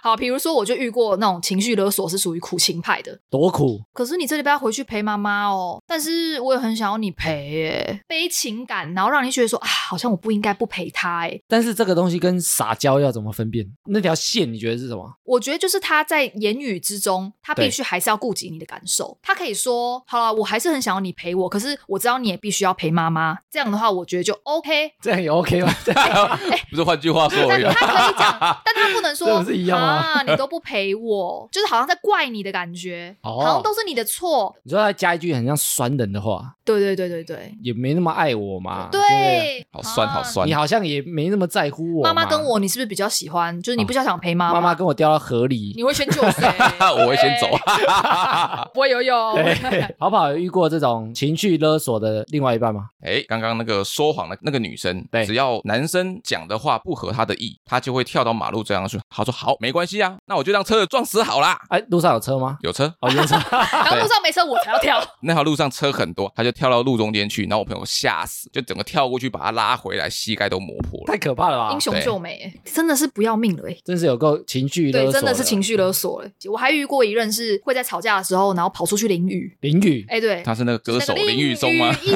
Speaker 2: 好，比如说我就遇过那种情绪勒索是属于苦情派的，
Speaker 1: 多苦，
Speaker 2: 可是你这礼拜要回去陪妈妈哦，但是我也很想要你陪耶，悲情感，然后让你觉得说啊，好像我不应该不陪他哎。
Speaker 1: 但是这个东西跟撒娇要怎么分辨？那条线你觉得是什么？
Speaker 2: 我觉得就是他在言语之中，他
Speaker 1: 对
Speaker 2: 必须还是要顾及你的感受。他可以说：“好了，我还是很想要你陪我，可是我知道你也必须要陪妈妈。”这样的话，我觉得就 OK。
Speaker 1: 这样也 OK 吗？这样
Speaker 3: 不是换句话说而
Speaker 2: 但
Speaker 3: 已啊。
Speaker 2: 他可以讲，但他他不能
Speaker 1: 这
Speaker 2: 说
Speaker 1: 不是一样吗
Speaker 2: 啊，你都不陪我，就是好像在怪你的感觉，
Speaker 1: 哦
Speaker 2: 好像都是你的错。
Speaker 1: 你说再加一句很像酸人的话，
Speaker 2: 对对对对对
Speaker 1: 也没那么爱我嘛，对不啊对
Speaker 2: 对，
Speaker 3: 好酸好
Speaker 2: 啊。
Speaker 3: 酸？
Speaker 1: 你。好像也没那么在乎我嘛。
Speaker 2: 妈妈跟我，你是不是比较喜欢？就是你比较想陪妈
Speaker 1: 妈妈跟我掉到河里，
Speaker 2: 你会先救谁
Speaker 3: 我会先走，啊
Speaker 2: 不会游泳。
Speaker 1: 对， 好不好？有遇过这种情绪勒索的另外一半吗？
Speaker 3: 哎，刚刚那个说谎的那个女生，
Speaker 1: 对
Speaker 3: 只要男生讲的话不合她的意，她就会跳到马路这样去。她说好，没关系啊，那我就让车子撞死好啦。
Speaker 1: 哎，路上有车吗？
Speaker 3: 有车，
Speaker 1: 哦，有车，
Speaker 2: 然后路上没车，我才要跳。
Speaker 3: 那条路上车很多，她就跳到路中间去，然后我朋友吓死，就整个跳过去把她拉回来，膝盖都磨破了。
Speaker 1: 太可怕了 吧
Speaker 2: 英！雄救美，真的是不要命了哎。
Speaker 1: 真是有够情绪勒
Speaker 2: 对，
Speaker 1: 索，
Speaker 2: 真的是情绪勒索了。我还遇过一任是会在吵架的时候，然后跑出去淋雨。
Speaker 1: 淋雨。
Speaker 2: 哎，对，
Speaker 3: 她是那个歌手
Speaker 2: 那个
Speaker 3: 林玉松吗？
Speaker 2: 一直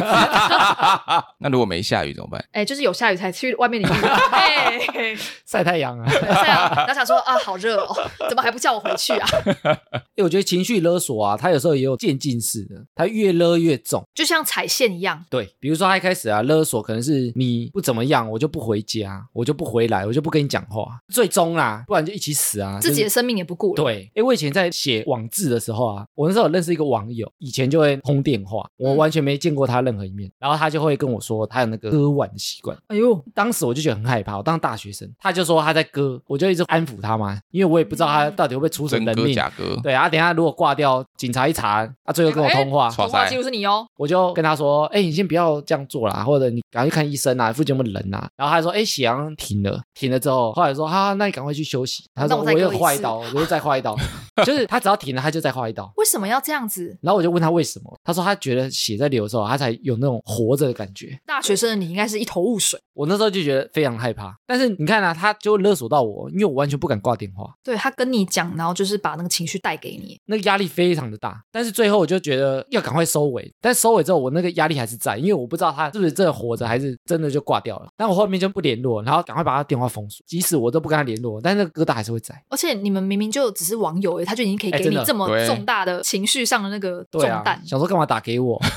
Speaker 3: 那如果没下雨怎么办？
Speaker 2: 哎，就是有下雨才去外面淋雨。哎，对
Speaker 1: 晒太阳 啊！
Speaker 2: 这样然后想说啊，好热哦，怎么还不叫我回去啊？
Speaker 1: 因为我觉得情绪勒索啊，它有时候也有渐进式的，它越勒越重。
Speaker 2: 就像踩线一样。
Speaker 1: 对，比如说他一开始啊勒索，可能是你不怎么样，我就不回家，我就不回来，我就不跟你讲话，最终啦，不然就一起死啊！
Speaker 2: 自己
Speaker 1: 就
Speaker 2: 的
Speaker 1: 是
Speaker 2: 生命也不顾了。
Speaker 1: 对，因为我以前在写网志的时候啊，我那时候有认识一个网友，以前就会通电话，我
Speaker 2: 嗯
Speaker 1: 完全没见过他任何一面，然后他就会跟我说他有那个割腕的习惯，
Speaker 2: 哎呦，
Speaker 1: 当时我就觉得很害怕，我当大学生，他就说他在割，我就一直安抚他嘛，因为我也不知道他到底会不会出什
Speaker 3: 真
Speaker 1: 么人
Speaker 3: 哥
Speaker 1: 命。
Speaker 3: 假哥，
Speaker 1: 对啊，等一下如果挂掉，警察一查，啊，最后跟我通话，
Speaker 3: 哇
Speaker 2: 哎通
Speaker 3: 塞
Speaker 2: 话记录是你哦。
Speaker 1: 我就跟他说：“哎、你先不要这样做啦，或者你赶快去看医生啊，附近有没有人啊。”然后他说：“哎、血好像停了，停了之后，后来说：‘哈、啊，那你赶快去休息。’他
Speaker 2: 那
Speaker 1: 说：‘
Speaker 2: 我
Speaker 1: 我
Speaker 2: 再
Speaker 1: 又
Speaker 2: 割一
Speaker 1: 划一
Speaker 2: 次
Speaker 1: 刀，我又再划一刀。’ 就是他只要停了，他就再划一刀。
Speaker 2: 为什么要这样子？
Speaker 1: 然后我就问他为什么，他说他觉得血在流的时候，他才有那种活着的感觉。
Speaker 2: 大学生的你应该是一头雾水。
Speaker 1: 我那时候就觉得非常害怕，但是你看啊，他就勒索到我，因为我完全不敢挂电话，
Speaker 2: 对他跟你讲，然后就是把那个情绪带给你。
Speaker 1: 那个压力非常的大。但是最后我就觉得要赶快收尾，但收尾之后我那个压力还是在，因为我不知道他是不是真的活着，还是真的就挂掉了。但我后面就不联络，然后赶快把他电话封锁，即使我都不跟他联络，但是那个疙瘩还是会在。
Speaker 2: 而且你们明明就只是网友而已，欸他就已经可以
Speaker 1: 哎
Speaker 2: 给
Speaker 1: 真
Speaker 2: 你
Speaker 1: 的
Speaker 2: 这么
Speaker 3: 对
Speaker 2: 重大的情绪上的那个重
Speaker 1: 对啊
Speaker 2: 担，，
Speaker 1: 想说干嘛打给我？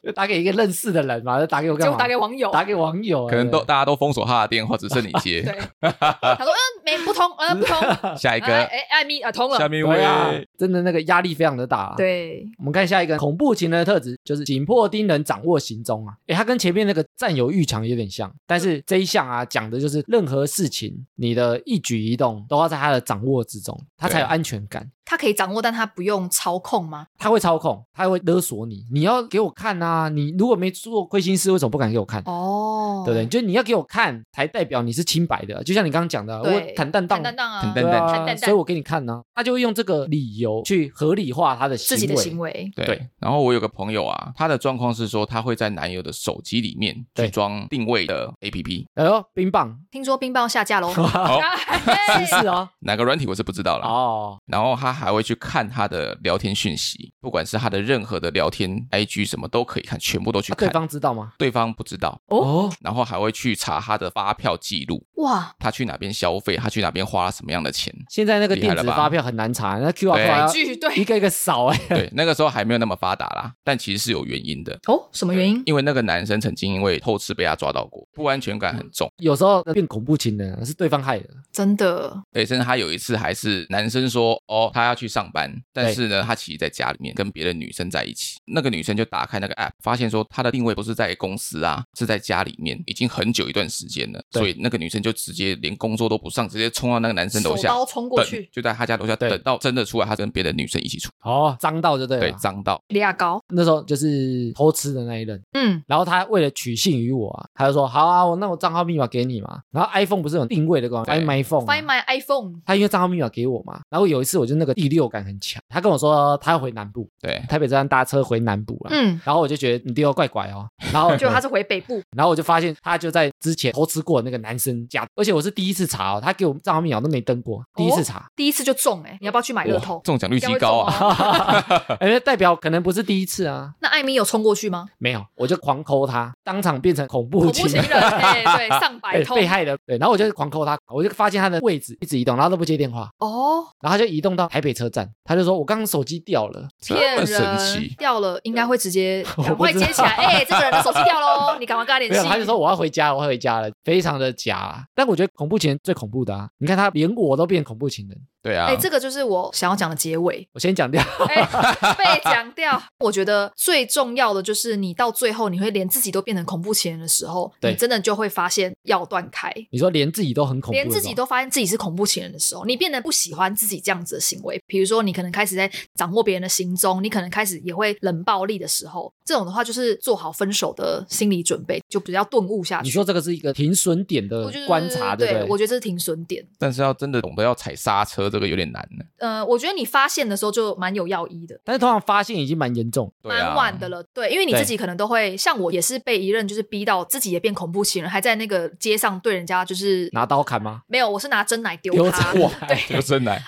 Speaker 1: 就打给一个认识的人嘛，就打给我
Speaker 2: 结
Speaker 1: 干
Speaker 2: 果
Speaker 1: 嘛？
Speaker 2: 打给网友，
Speaker 1: 打给网友，
Speaker 3: 可能都
Speaker 1: 哎
Speaker 3: 大家都封锁他的电话，只 剩你接。
Speaker 2: 对，他说嗯没不通，嗯不通，
Speaker 3: 下一
Speaker 2: 哎
Speaker 3: 个，
Speaker 2: 哎艾米啊通
Speaker 3: 下
Speaker 2: 了，
Speaker 3: 面一
Speaker 1: 对啊
Speaker 3: 位，，
Speaker 1: 真的那个压力非常的大、啊。。
Speaker 2: 对，
Speaker 1: 我们看下一个恐怖情人的特质，就是紧迫盯人，掌握行踪啊。诶，它跟前面那个占有欲强有点像，但是这一项啊，讲的就是任何事情，你的一举一动都要在他的掌握之中，他才有安全感。
Speaker 2: 他可以掌握，但他不用操控吗？
Speaker 1: 他会操控，他会勒索你，你要给我看啊！你如果没做亏心事，为什么不敢给我看？
Speaker 2: 哦，
Speaker 1: 对不对？就是你要给我看，才代表你是清白的。啊就像你刚刚讲的，
Speaker 2: 对
Speaker 1: 我坦荡荡
Speaker 2: 坦，荡荡啊，
Speaker 3: 坦
Speaker 1: 对
Speaker 3: 荡荡
Speaker 2: 坦
Speaker 1: 啊，
Speaker 2: 荡
Speaker 1: 所以我给你看呢、他就会用这个理由去合理化他的
Speaker 2: 自己的行
Speaker 1: 为。
Speaker 2: 为，
Speaker 1: 对
Speaker 3: 对，然后我有个朋友啊，她的状况是说，她会在男友的手机里面
Speaker 1: 对
Speaker 3: 去装定位的 APP，
Speaker 1: 哎呦，冰 棒，
Speaker 2: 听说冰棒下架
Speaker 1: 哦
Speaker 2: 喽，
Speaker 1: 啊
Speaker 3: 好
Speaker 2: 哎
Speaker 1: 是哦，
Speaker 3: 哪个软体我是不知道啦。
Speaker 1: 哦。
Speaker 3: 然后她还会去看她的聊天讯息，不管是她的任何的聊天 IG 什么都可以看，全部都去
Speaker 1: 啊对
Speaker 3: 看。
Speaker 1: 方知道吗？
Speaker 3: 对方不知道，
Speaker 1: 哦，
Speaker 3: 然后还会去查她的发票记录，
Speaker 2: 哇，
Speaker 3: 她去哪边消费，她去哪边花了什么样的 钱。
Speaker 1: 现在那个
Speaker 3: 厉害
Speaker 1: 电
Speaker 3: 了
Speaker 1: 子
Speaker 3: 吧
Speaker 1: 发票很难查，那 QR
Speaker 3: 对
Speaker 1: code 还要
Speaker 2: 句对
Speaker 1: 啊一个一个 扫哎、
Speaker 3: 对，那个时候还没有那么发达啦，但其实是有原因的。
Speaker 2: 哦，什么原因？
Speaker 3: 因为那个男生曾经因为偷吃被她抓到过，不安全感
Speaker 2: 嗯
Speaker 3: 很重，
Speaker 1: 有时候变恐怖情人是对方害的，
Speaker 2: 真的，
Speaker 3: 对，甚至他有一次还是男生说，哦，他要去上班，但是呢，他其实在家里面跟别的女生在一起。那个女生就打开那个 app，发现说他的定位不是在公司啊，是在家里面，已经很久一段时间了。
Speaker 1: 对
Speaker 3: 所以那个女生就直接连工作都不上，直接冲到那个男生楼
Speaker 2: 手
Speaker 3: 下
Speaker 2: 刀冲过
Speaker 3: 等
Speaker 2: 去，，
Speaker 3: 就在他家楼下
Speaker 1: 对
Speaker 3: 等到真的出来，他跟别的女生一起出，
Speaker 1: 哦，脏到就对了。
Speaker 2: 啊
Speaker 3: 对，脏到
Speaker 2: 李亚高，
Speaker 1: 那时候就是偷吃的那一任，
Speaker 2: 嗯，
Speaker 1: 然后他为了取信于我啊，他就说好啊，我那我账号密码给你嘛。然后 iPhone 不是有定位的功能，Find
Speaker 3: 对
Speaker 1: My Phone 啊、
Speaker 2: Find my iPhone，
Speaker 1: 他因为账号密码给我嘛，然后有一次我就那个第六感很强，他跟我说他要回南部，
Speaker 3: 对。
Speaker 1: 台北站搭车回南部啦。
Speaker 2: 嗯，
Speaker 1: 然后我就觉得你对我怪怪哦，然后
Speaker 2: 就他是回北部，
Speaker 1: 然后我就发现他就在之前偷吃过的那个男生家，而且我是第一次查哦，他给我账号密码都没登
Speaker 2: 哦
Speaker 1: 过，第一次 查，
Speaker 2: 第一次就中哎、你要不要去买乐透？
Speaker 3: 中奖率极高
Speaker 2: 应该会
Speaker 3: 啊！
Speaker 2: 中哦
Speaker 1: 哎、代表可能不是第一次啊，
Speaker 2: 那艾米有冲过去吗？
Speaker 1: 没有，我就狂抠他，当场变成恐怖
Speaker 2: 恐怖
Speaker 1: 情
Speaker 2: 情
Speaker 1: 人。
Speaker 2: 人，哎、对，上百
Speaker 1: 哎
Speaker 2: 通
Speaker 1: 被害的对，然后我就狂抠他，我就发现他的位置一直移动，然后都不接电话，
Speaker 2: 哦，
Speaker 1: 然后他就移动到台北车站，他就说：“我刚刚手机掉了。
Speaker 3: 这
Speaker 2: 啊骗
Speaker 3: 么
Speaker 2: 人，
Speaker 3: 神奇，
Speaker 2: 掉了应该会直接
Speaker 1: 我不知道
Speaker 2: 赶快接起来，哎、这个人的手机掉喽，你赶快跟他”联
Speaker 1: 没有，
Speaker 2: 系。
Speaker 1: 他就说：“我要回家，我要回家了。”非常的假啊、但我觉得恐怖情人最恐怖的啊！你看他连我都变恐怖情人，
Speaker 3: 对啊，
Speaker 2: 哎、这个就是我想要讲的结尾。
Speaker 1: 我先讲掉。
Speaker 2: 哎、被讲掉。我觉得最重要的就是，你到最后你会连自己都变成恐怖情人的时候，
Speaker 1: 对
Speaker 2: 你真的就会发现要断开。
Speaker 1: 你说连自己都很恐怖，
Speaker 2: 连自己。都发现自己是恐怖情人的时候，你变得不喜欢自己这样子的行为。比如说，你可能开始在掌握别人的行踪，你可能开始也会冷暴力的时候，这种的话就是做好分手的心理准备，就比较顿悟下去。
Speaker 1: 你说这个是一个停损点的
Speaker 2: 我觉得
Speaker 1: 观察，
Speaker 2: 对
Speaker 1: 对不对？
Speaker 2: 我觉得这是停损点。
Speaker 3: 但是要真的懂得要踩刹车，这个有点难啊呢。
Speaker 2: 呃，我觉得你发现的时候就蛮有要依的。
Speaker 1: 但是通常发现已经蛮严重，
Speaker 3: 对啊
Speaker 2: 蛮晚的了，对，因为你
Speaker 1: 对
Speaker 2: 自己可能都会，像我也是被一任就是逼到自己也变恐怖情人，还在那个街上对人家就是
Speaker 1: 拿刀砍吗？
Speaker 2: 没有，我是拿真奶丢
Speaker 1: 丢
Speaker 2: 他，哎
Speaker 1: 着
Speaker 3: 哇，刘真来，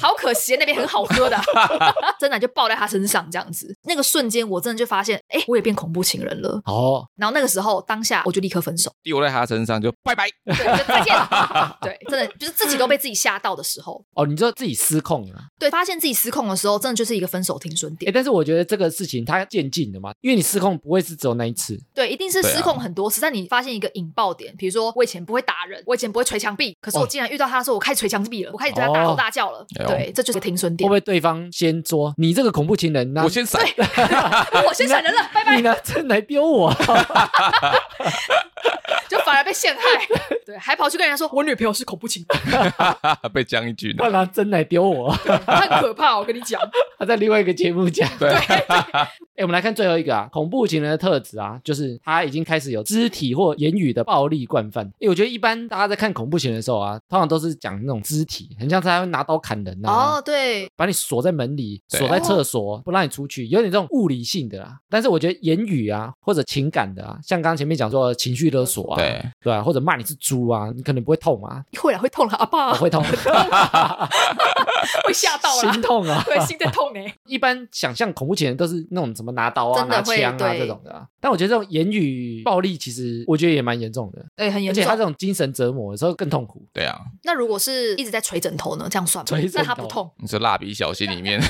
Speaker 2: 好可惜，那边很好喝的， 真奶就抱在他身上这样子，那个瞬间我真的就发现，哎、我也变恐怖情人了，
Speaker 1: 哦，
Speaker 2: 然后那个时候当下我就立刻分手，
Speaker 3: 丢在他身上就拜拜。
Speaker 2: 对，就再见， 对，真的就是自己都被自己吓到的时候，
Speaker 1: 哦，你知道自己失控了。
Speaker 2: 对，发现自己失控的时候，真的就是一个分手停损
Speaker 1: 哎、
Speaker 2: 点，
Speaker 1: 但是我觉得这个事情它渐进的嘛，因为你失控不会是只有那一次，
Speaker 2: 对，一定是
Speaker 3: 对啊
Speaker 2: 失控很多次，但你发现一个引爆点，比如说我以前不会打人，我以前不会捶墙壁，可是
Speaker 1: 哇
Speaker 2: 我竟然遇到他的时候，我开始捶墙壁了，我开始对他大吼大叫了，
Speaker 3: 哎呦
Speaker 2: 对，这就是停损
Speaker 1: 哦会
Speaker 2: 点
Speaker 1: 不。会对方先说你这个恐怖情人？那
Speaker 3: 我先闪，
Speaker 2: 我先闪人了，拜
Speaker 1: 你
Speaker 2: 拜，
Speaker 1: 拿针来丢我，
Speaker 2: 就反而被陷害，对，还跑去跟人家说我女朋友是恐怖情人，
Speaker 3: 被将一军
Speaker 1: 他拿针来丢我，
Speaker 2: 很可怕，我跟你讲，
Speaker 1: 他在另外一个节目讲。
Speaker 3: 对，
Speaker 1: 哎、我们来看最后一个啊，恐怖情人的特质啊，就是他已经开始有肢体或言语的暴力惯犯。哎、我觉得一般大家在看恐怖情人的时候啊，通常都是讲那种肢体，很像是他会拿刀砍人啊，
Speaker 2: 哦，对，
Speaker 1: 把你锁在门里，
Speaker 3: 对
Speaker 1: 锁
Speaker 2: 哦
Speaker 1: 在厕所，不让你出去，有点这种物理性的啦。但是我觉得言语啊，或者情感的啊，像刚刚前面讲说的情绪勒索啊，
Speaker 3: 对
Speaker 1: 对啊，或者骂你是猪啊，你可能不会痛啊，
Speaker 2: 会了会痛了，阿爸
Speaker 1: 我会痛，
Speaker 2: 哦 会吓到啦
Speaker 1: 心，痛啊。
Speaker 2: 对，心在痛哎，
Speaker 1: 一般想象恐怖情人都是那种什么拿刀啊、
Speaker 2: 真的
Speaker 1: 拿
Speaker 2: 会
Speaker 1: 枪啊
Speaker 2: 对
Speaker 1: 这种的、啊，但我觉得这种言语暴力其实我觉得也蛮严重的，
Speaker 2: 对，很
Speaker 1: 而
Speaker 2: 严
Speaker 1: 且
Speaker 2: 重
Speaker 1: 他。这种精神折磨有时候更痛苦。
Speaker 3: 对啊，
Speaker 2: 那如果是一直在捶枕头呢，这样算吗
Speaker 1: 捶枕？头
Speaker 2: 那他 不痛，
Speaker 3: 你是蜡笔小新里 面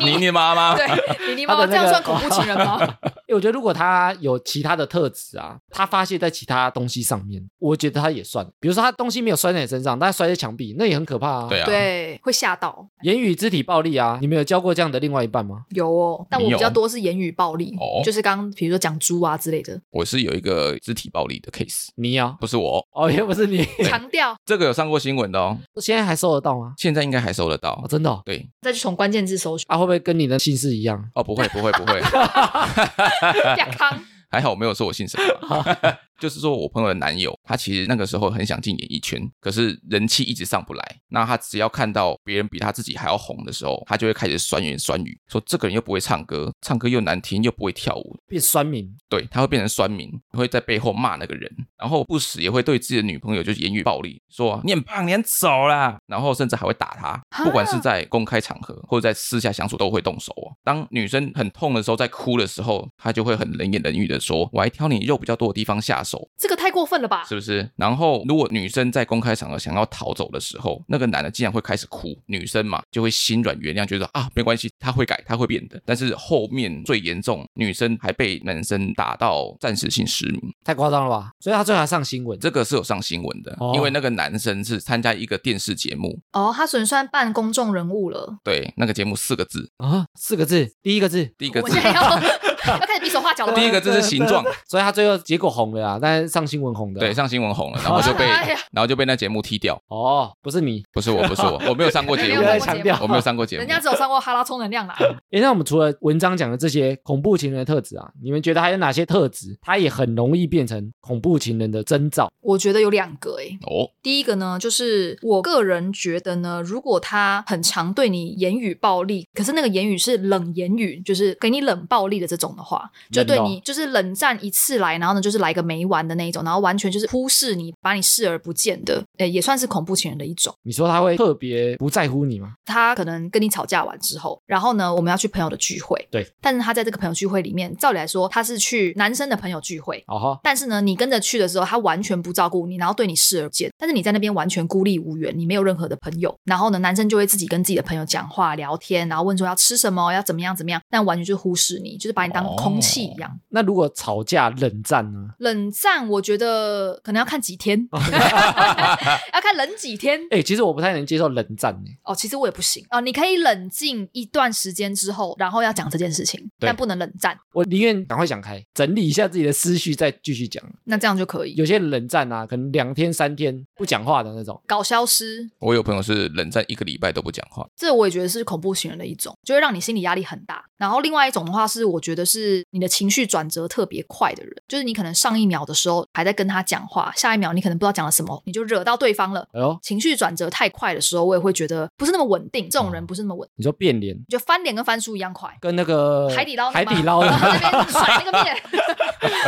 Speaker 2: 你
Speaker 3: 妮
Speaker 2: 你
Speaker 3: 妮妈妈，
Speaker 2: 对你你妈妈
Speaker 1: 他的那个啊
Speaker 2: 这样算恐怖情 人吗？
Speaker 1: 因为我觉得如果他有其他的特质啊，他发泄在其他东西上面，我觉得他也算。比如说他东西没有摔在你身上，但他摔在墙壁，那也很可怕啊。
Speaker 3: 对啊，
Speaker 2: 对，会吓到。
Speaker 1: 言语肢体暴力啊，你们有教过这样的另外一半吗？
Speaker 2: 有哦，但我
Speaker 3: 你
Speaker 2: 比
Speaker 3: 有
Speaker 2: 较多是言语暴力，
Speaker 3: 哦
Speaker 2: 就是刚刚比如说讲猪啊之类的，
Speaker 3: 我是有一个肢体暴力的 case，
Speaker 1: 你啊，
Speaker 3: 不是我，
Speaker 1: 哦，也不是你，
Speaker 2: 强调
Speaker 3: 这个有上过新闻的哦，
Speaker 1: 现在还收得到吗？
Speaker 3: 现在应该还收得到
Speaker 1: 哦，。真的哦，
Speaker 3: 对，
Speaker 2: 再去从关键字搜寻
Speaker 1: 啊，会不会跟你的姓氏一样？
Speaker 3: 哦，不会不会不会，
Speaker 2: 亚康，
Speaker 3: 还好我没有说我姓什么。 就是说我朋友的男友，他其实那个时候很想进演艺圈，可是人气一直上不来。那他只要看到别人比他自己还要红的时候，他就会开始酸言酸语，说这个人又不会唱歌，唱歌又难听，又不会跳舞，
Speaker 1: 变酸民，
Speaker 3: 对，他会变成酸民，会在背后骂那个人，然后不时也会对自己的女朋友就是言语暴力，说你很胖，你很丑啦，然后甚至还会打她。
Speaker 2: 啊
Speaker 3: 不管是在公开场合或者在私下相处，都会动手哦。当女生很痛的时候，在哭的时候，他就会很冷言冷语的说：“我还挑你肉比较多的地方下手，
Speaker 2: 这个太过分了吧？
Speaker 3: 是不是？”然后如果女生在公开场合想要逃走的时候，那个男的竟然会开始哭，女生嘛就会心软原谅，觉得啊没关系，他会改，他会变的。但是后面最严重，女生还被男生打到暂时性失明。
Speaker 1: 太夸张了吧？所以他最后还上新闻。
Speaker 3: 这个是有上新闻的，
Speaker 1: 哦
Speaker 3: 因为那个男生是参加一个电视节目，
Speaker 2: 哦，他损算半公众人物了，
Speaker 3: 对，那个节目四个字，
Speaker 1: 啊，四个字，第一个字，
Speaker 3: 第一个
Speaker 2: 我
Speaker 3: 字，
Speaker 2: 现在要 要开始比手画脚了吗？
Speaker 3: 第一个字是形状，
Speaker 1: 所以他最后结果红了啊，但是上新闻红的啊、
Speaker 3: 对，上新闻红了，然后就被，
Speaker 2: 哎呀
Speaker 3: 然后就被那节目踢掉，
Speaker 1: 哦，不是你，
Speaker 3: 不是我，不是我，我没有上过节
Speaker 2: 没
Speaker 3: 目
Speaker 2: 有
Speaker 1: 不要再，
Speaker 2: 上
Speaker 1: 强
Speaker 2: 过节
Speaker 1: 调
Speaker 2: 目，
Speaker 3: 我没有上过节目
Speaker 2: 人，家只有上过哈拉充能量啦，
Speaker 1: 诶，那我们除了文章讲的这些恐怖情人的特质啊，你们觉得还有哪些特质，它也很容易变成恐怖情人的征兆？
Speaker 2: 我觉得有两个欸诶、
Speaker 3: 哦，
Speaker 2: 第一个呢，就是我个人觉得呢，如果他很常对你言语暴力，可是那个言语是冷言语，就是给你冷暴力的这种的话，就对
Speaker 1: 冷
Speaker 2: 你
Speaker 1: 哦
Speaker 2: 就是冷战一次来，然后呢就是来个没完的那一种，然后完全就是忽视你，把你视而不见的，呃，也算是恐怖情人的一种。
Speaker 1: 你说他会特别不在乎你吗？
Speaker 2: 他可能跟你吵架完之后，然后呢，我们要去朋友的聚会，
Speaker 1: 对，
Speaker 2: 但是他在这个朋友聚会里面，照理来说他是去男生的朋友聚会，
Speaker 1: 哦吼，
Speaker 2: 但是呢，你跟着去的时候，他完全不照顾你，然后对你视而不见。但是你在那边完全孤立无援，你没有任何的朋友。然后呢，男生就会自己跟自己的朋友讲话、聊天，然后问说要吃什么、要怎么样怎么样，但完全就忽视你，就是把你
Speaker 4: 当空气一样。
Speaker 1: 那如果吵架冷战呢？
Speaker 2: 冷战，我觉得可能要看 几天，要看冷几天。
Speaker 1: 哎、其实我不太能接受冷战、欸，
Speaker 2: 哦，其实我也不行啊、你可以冷静一段时间之后，然后要讲这件事情，
Speaker 1: 对
Speaker 2: 但不能冷战，
Speaker 1: 我宁愿赶快想开，整理一下自己的思绪再继续讲。
Speaker 2: 那这样就可以
Speaker 1: 有些冷战啊，可能两天三天不讲话的那种。
Speaker 2: 搞消失。
Speaker 3: 我有朋友是冷战一个礼拜都不讲话，
Speaker 2: 这我也觉得是恐怖情人的一种，就会让你心理压力很大。然后另外一种的话是，我觉得是你的情绪转折特别快的人，就是你可能上一秒的时候还在跟他讲话，下一秒你可能不知道讲了什么，你就惹到对方了。
Speaker 1: 哎呦，
Speaker 2: 情绪转折太快的时候，我也会觉得不是那么稳定。这种
Speaker 1: 哦
Speaker 2: 人不是那么稳，
Speaker 1: 你说变脸
Speaker 2: 就翻脸跟翻书一样快。
Speaker 1: 跟那个
Speaker 2: 海底捞那
Speaker 1: 呃海
Speaker 2: 吗
Speaker 1: 底捞
Speaker 2: 然后 在那
Speaker 1: 的，
Speaker 2: 边甩那个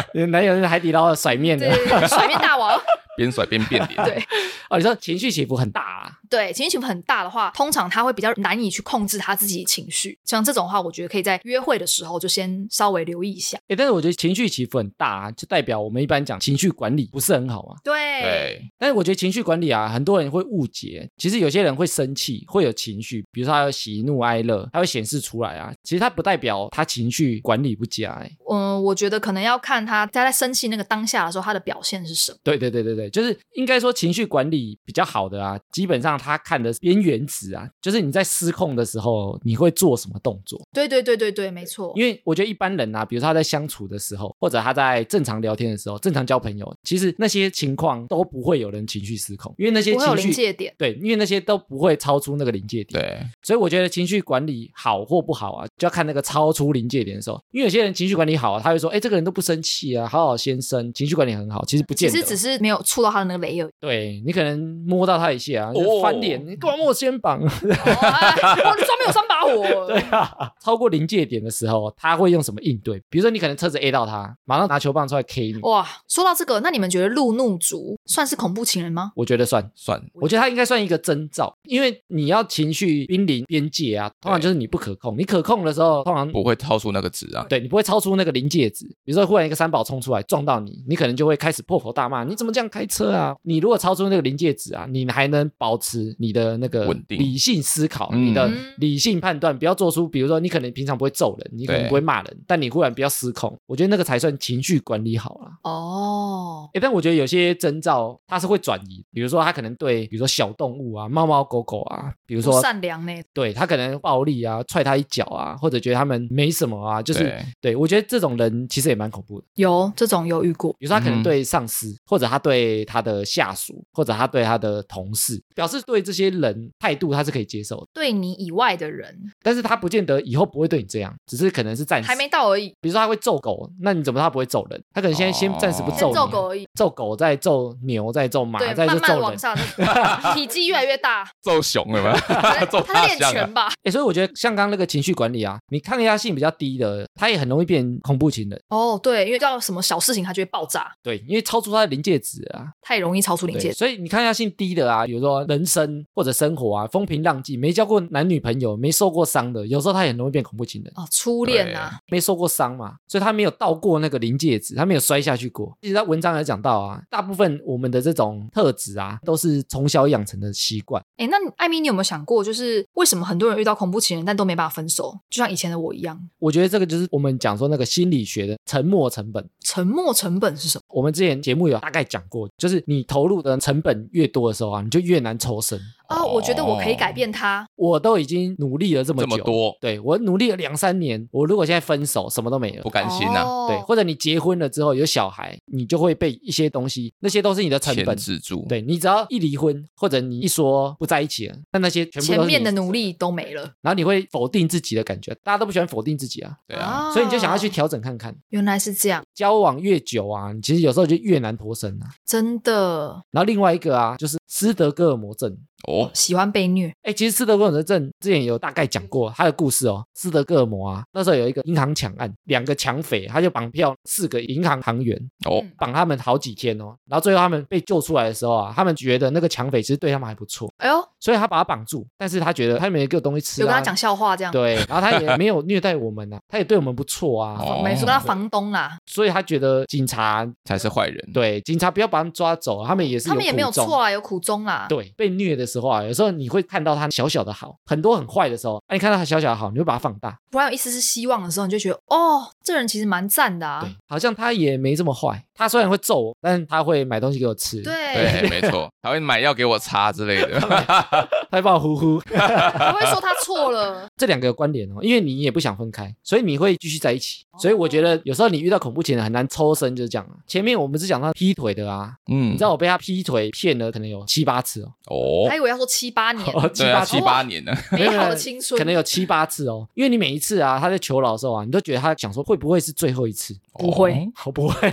Speaker 2: 面，
Speaker 1: 你男友是海底捞的甩面的
Speaker 2: 对对对，甩面大王。
Speaker 3: 边甩边变脸。
Speaker 2: 对
Speaker 1: 哦。你说情绪起伏很大、啊，
Speaker 2: 对，情绪起伏很大的话，通常他会比较难以去控制他自己情绪。像这种话，我觉得可以在约会的时候就先稍微留意一下。
Speaker 1: 哎，但是我觉得情绪起伏很大、啊，就代表我们一般讲情绪管理不是很好嘛。
Speaker 2: 对，
Speaker 3: 对，
Speaker 1: 但是我觉得情绪管理啊，很多人会误解。其实有些人会生气，会有情绪，比如说他有喜怒哀乐，他会显示出来啊。其实他不代表他情绪管理不佳、欸。
Speaker 2: 嗯，我觉得可能要看他他在生气那个当下的时候，他的表现是什么。
Speaker 1: 对对对对对，就是应该说情绪管理比较好的啊，基本上他看的边缘值啊，就是你在失控的时候你会做什么动作。
Speaker 2: 对对对对对，没错。
Speaker 1: 因为我觉得一般人啊，比如说他在相处的时候，或者他在正常聊天的时候，正常交朋友，其实那些情况都不会有人情绪失控，因为那些
Speaker 2: 不会有
Speaker 1: 情绪。
Speaker 2: 临界点，
Speaker 1: 对，因为那些都不会超出那个临界点，
Speaker 3: 对，
Speaker 1: 所以我觉得情绪管理好或不好啊，就要看那个超出临界点的时候。因为有些人情绪管理好、啊，他会说：“哎，这个人都不生气啊，好好先生，情绪管理很好。”其实不
Speaker 2: 其
Speaker 1: 见得，
Speaker 2: 实只是没有触到他的那个 雷而已。
Speaker 1: 对你可能摸到他一下啊，就翻脸，你干嘛摸我肩膀？啊
Speaker 2: 哦，哎哦你上面有三把火。
Speaker 1: 对啊， 超过临界点的时候，他会用什么应对？比如说你可能车子 A 到他，马上拿球棒出来 K 你，
Speaker 2: 哇，说到这个，那你们觉得路怒族算是恐怖情人吗？
Speaker 1: 我觉得算。
Speaker 3: 算
Speaker 1: 我觉得他应该算一个征兆，因为你要情绪濒临边界啊，通常就是你不可控。你可控的时候，通常
Speaker 3: 不会超出那个值啊。
Speaker 1: 对你不会超出那个临界值。比如说，忽然一个三宝冲出来撞到你，你可能就会开始破口大骂：“你怎么这样开车啊？”你如果超出那个临界值啊，你还能保持你的那个
Speaker 3: 稳定
Speaker 1: 理性思考，
Speaker 3: 嗯
Speaker 1: 你的
Speaker 2: 嗯
Speaker 1: 理性判断，不要做出比如说你可能平常不会揍人，你可能
Speaker 3: 对
Speaker 1: 不会骂人，但你忽然不要失控，我觉得那个才算情绪管理好啦。
Speaker 2: 哦，
Speaker 1: 诶，但我觉得有些征兆它是会转移，比如说他可能对，比如说小动物啊、猫猫狗狗啊，比如
Speaker 2: 不
Speaker 1: 说
Speaker 2: 善良呢。
Speaker 1: 对他可能暴力啊、踹他一脚啊，或者觉得他们没什么啊，就是
Speaker 3: 对
Speaker 1: 对我觉得这种人其实也蛮恐怖的。
Speaker 2: 有这种有遇过，
Speaker 1: 比如说他可能
Speaker 3: 嗯
Speaker 1: 对上司，或者他对他的下属，或者他对他的同事，表示对这些人态度他是可以接受的，
Speaker 2: 对你以外的人
Speaker 1: 但是他不见得以后不会对你这样，只是可能是暂时
Speaker 2: 还没。到而已，
Speaker 1: 比如说他会揍狗，那你怎么知道他不会揍人？他可能现在先
Speaker 3: 哦
Speaker 1: 暂时不
Speaker 3: 先
Speaker 1: 揍你，
Speaker 2: 先揍狗而已。
Speaker 1: 揍狗，再揍牛，再揍马，
Speaker 2: 对，
Speaker 1: 再就
Speaker 2: 慢慢
Speaker 1: 揍人
Speaker 2: 往。上， 体积越来越大，
Speaker 3: 揍熊了吗？ 揍
Speaker 2: 他
Speaker 3: 大
Speaker 2: 练
Speaker 3: 象
Speaker 2: 拳
Speaker 3: 啊！
Speaker 2: 吧？
Speaker 1: 欸，所以我觉得像刚刚那个情绪管理啊，你抗压性比较低的，他也很容易变恐怖情人。
Speaker 2: 哦，对，因为到什么小事情他就会爆炸，
Speaker 1: 对，因为超出他的临界值啊。
Speaker 2: 太容易超出临
Speaker 1: 对，
Speaker 2: 界。
Speaker 1: 所以你抗压性低的啊，比如说人生或者生活啊，风平浪静，没交过男女朋友，没受过伤的，有时候他也很容易变恐怖情人。
Speaker 2: 哦，初恋呐，
Speaker 1: 没受过伤嘛，所以他没有到过那个临界值，他没有摔下去过。其实他文章也讲到啊，大部分我们的这种特质啊，都是从小养成的习惯。
Speaker 2: 哎，那你艾米，你有没有想过，就是为什么很多人遇到恐怖情人，但都没办法分手？就像以前的我一样，
Speaker 1: 我觉得这个就是我们讲说那个心理学的沉没成本。
Speaker 2: 沉默成本是什么？
Speaker 1: 我们之前节目有大概讲过，就是你投入的成本越多的时候啊，你就越难抽身。
Speaker 2: 哦，我觉得我可以
Speaker 3: 哦
Speaker 2: 改变他，
Speaker 1: 我都已经努力了这么
Speaker 3: 这
Speaker 1: 久，
Speaker 3: 么多
Speaker 1: 对我努力了两三年，我如果现在分手，什么都没了
Speaker 3: 不。甘心啊呐，
Speaker 2: 哦
Speaker 1: 对，或者你结婚了之后有小孩，你就会被一些东西，那些都是你的成
Speaker 3: 牵
Speaker 1: 本。
Speaker 3: 制住。
Speaker 1: 对你只要一离婚，或者你一说不在一起了，那那些全部都是
Speaker 2: 前面
Speaker 1: 你
Speaker 2: 的努，力都没了
Speaker 1: 然后你会否定自己的感觉，大家都不喜欢否定自己啊，
Speaker 3: 对啊，
Speaker 1: 所以你就想要去
Speaker 2: 哦
Speaker 1: 调整看看。
Speaker 2: 原来是这样，
Speaker 1: 交往越久啊，你其实有时候就越难脱身啊。
Speaker 2: 真的
Speaker 1: 然后另外一个啊，就是斯德哥尔摩症，
Speaker 3: 哦，
Speaker 2: 喜欢被虐。
Speaker 1: 哎，其实斯德哥尔摩症之前有大概讲过他的故事哦。斯德哥尔摩啊，那时候有一个银行抢案，两个抢匪他就绑票四个银行行员，
Speaker 3: 哦，
Speaker 2: 嗯
Speaker 1: 绑他们好几天哦。然后最后他们被救出来的时候啊，他们觉得那个抢匪其实对他们还不错，
Speaker 2: 哎呦，
Speaker 1: 所以他把他绑住，但是他觉得他没给我东西吃、啊，
Speaker 2: 有跟他讲笑话这样，
Speaker 1: 对，然后他也没有虐待我们啊，他也对我们不错啊，
Speaker 3: 哦
Speaker 2: 没说跟他房东啊啦，
Speaker 1: 所以他觉得警察
Speaker 3: 才是坏人。
Speaker 1: 对警察不要把他们抓走，他们也是
Speaker 2: 他们也没有
Speaker 1: 苦衷
Speaker 2: 错。啊，有苦衷啦。
Speaker 1: 对，被虐的时候化，有时候你会看到它小小的好，很多很坏的时候，啊，你看到它小小的好，你会把它放大，
Speaker 2: 突然有一丝丝希望的时候，你就觉得哦，这人其实蛮赞的
Speaker 1: 对
Speaker 2: 啊。，
Speaker 1: 好像它也没这么坏。它虽然会揍我，但他会买东西给我吃，，
Speaker 2: 对，
Speaker 3: 对，没错，还会买药给我擦之类 的。
Speaker 1: 它会帮我呼呼。
Speaker 2: 还会说他错了。
Speaker 1: 这两个有关联哦，因为你也不想分开，所以你会继续在一起。所以我觉得有时候你遇到恐怖情人很难抽身，就是这样啊。前面我们是讲到劈腿的啊，
Speaker 3: 嗯，
Speaker 1: 你知道我被他劈腿骗了，可能有七八次哦，
Speaker 3: 哦
Speaker 2: 还，以为要说七八年，
Speaker 1: 哦
Speaker 3: 对啊，
Speaker 1: 七
Speaker 3: 七
Speaker 1: 八
Speaker 3: 八年了，
Speaker 2: 美好的
Speaker 1: 次
Speaker 2: 青春
Speaker 1: 可能有七八次哦。因为你每一次啊，他在求饶的时候啊，你都觉得他想说会不会是最后一次？
Speaker 2: 不会
Speaker 3: 哦
Speaker 1: 我 不会，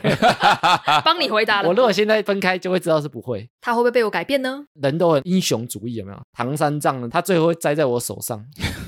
Speaker 2: 帮你回答了。
Speaker 1: 我如果现在分开就会知道是不会。
Speaker 2: 他会不会被我改变呢？
Speaker 1: 人都很英雄主义，有没有？唐三藏呢，他最后会栽在我手上。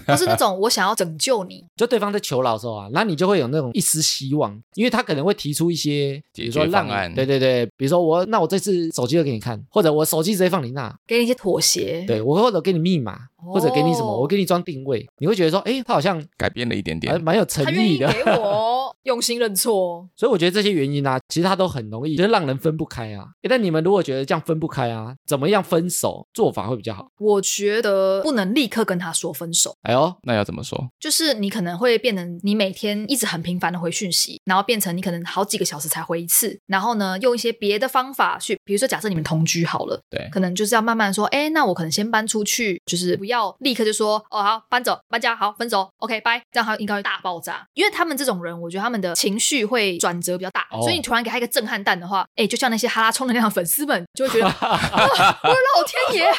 Speaker 2: 不是那种我想要拯救你，
Speaker 1: 就对方在求饶的时候啊，那你就会有那种一丝希望，因为他可能会提出一些，比如说
Speaker 3: 解决
Speaker 1: 让
Speaker 3: 方
Speaker 1: 你
Speaker 3: 案
Speaker 1: 对对对，比如说我那我这次手机就给你看，或者我手机直接放你那，
Speaker 2: 给你一些妥协。
Speaker 1: 对我或者给你密码，或者给你什么，
Speaker 2: 哦
Speaker 1: 我给你装定位，你会觉得说，哎，他好像
Speaker 3: 改变了一点点
Speaker 1: 还。蛮有诚
Speaker 2: 他愿
Speaker 1: 意
Speaker 2: 意
Speaker 1: 的，
Speaker 2: 给我用心认错，
Speaker 1: 所以我觉得这些原因啊，其实它都很容易，就是让人分不开啊。诶但你们如果觉得这样分不开啊，怎么样分手做法会比较好？
Speaker 2: 我觉得不能立刻跟他说分手，
Speaker 1: 哎呦，
Speaker 3: 那要怎么说？
Speaker 2: 就是你可能会变成你每天一直很频繁的回讯息，然后变成你可能好几个小时才回一次，然后呢用一些别的方法去，比如说假设你们同居好了，
Speaker 3: 对
Speaker 2: 可能就是要慢慢说，哎，那我可能先搬出去，就是不要立刻就说，哦好搬走搬家好分手，OK 拜，这样他应该会大爆炸，因为他们这种人，我觉得他们的情绪会转折比较大，
Speaker 1: 哦
Speaker 2: 所以你突然给他一个震撼弹的话，哎，就像那些哈拉充能量的粉丝们就会觉得， 哇我的老天爷，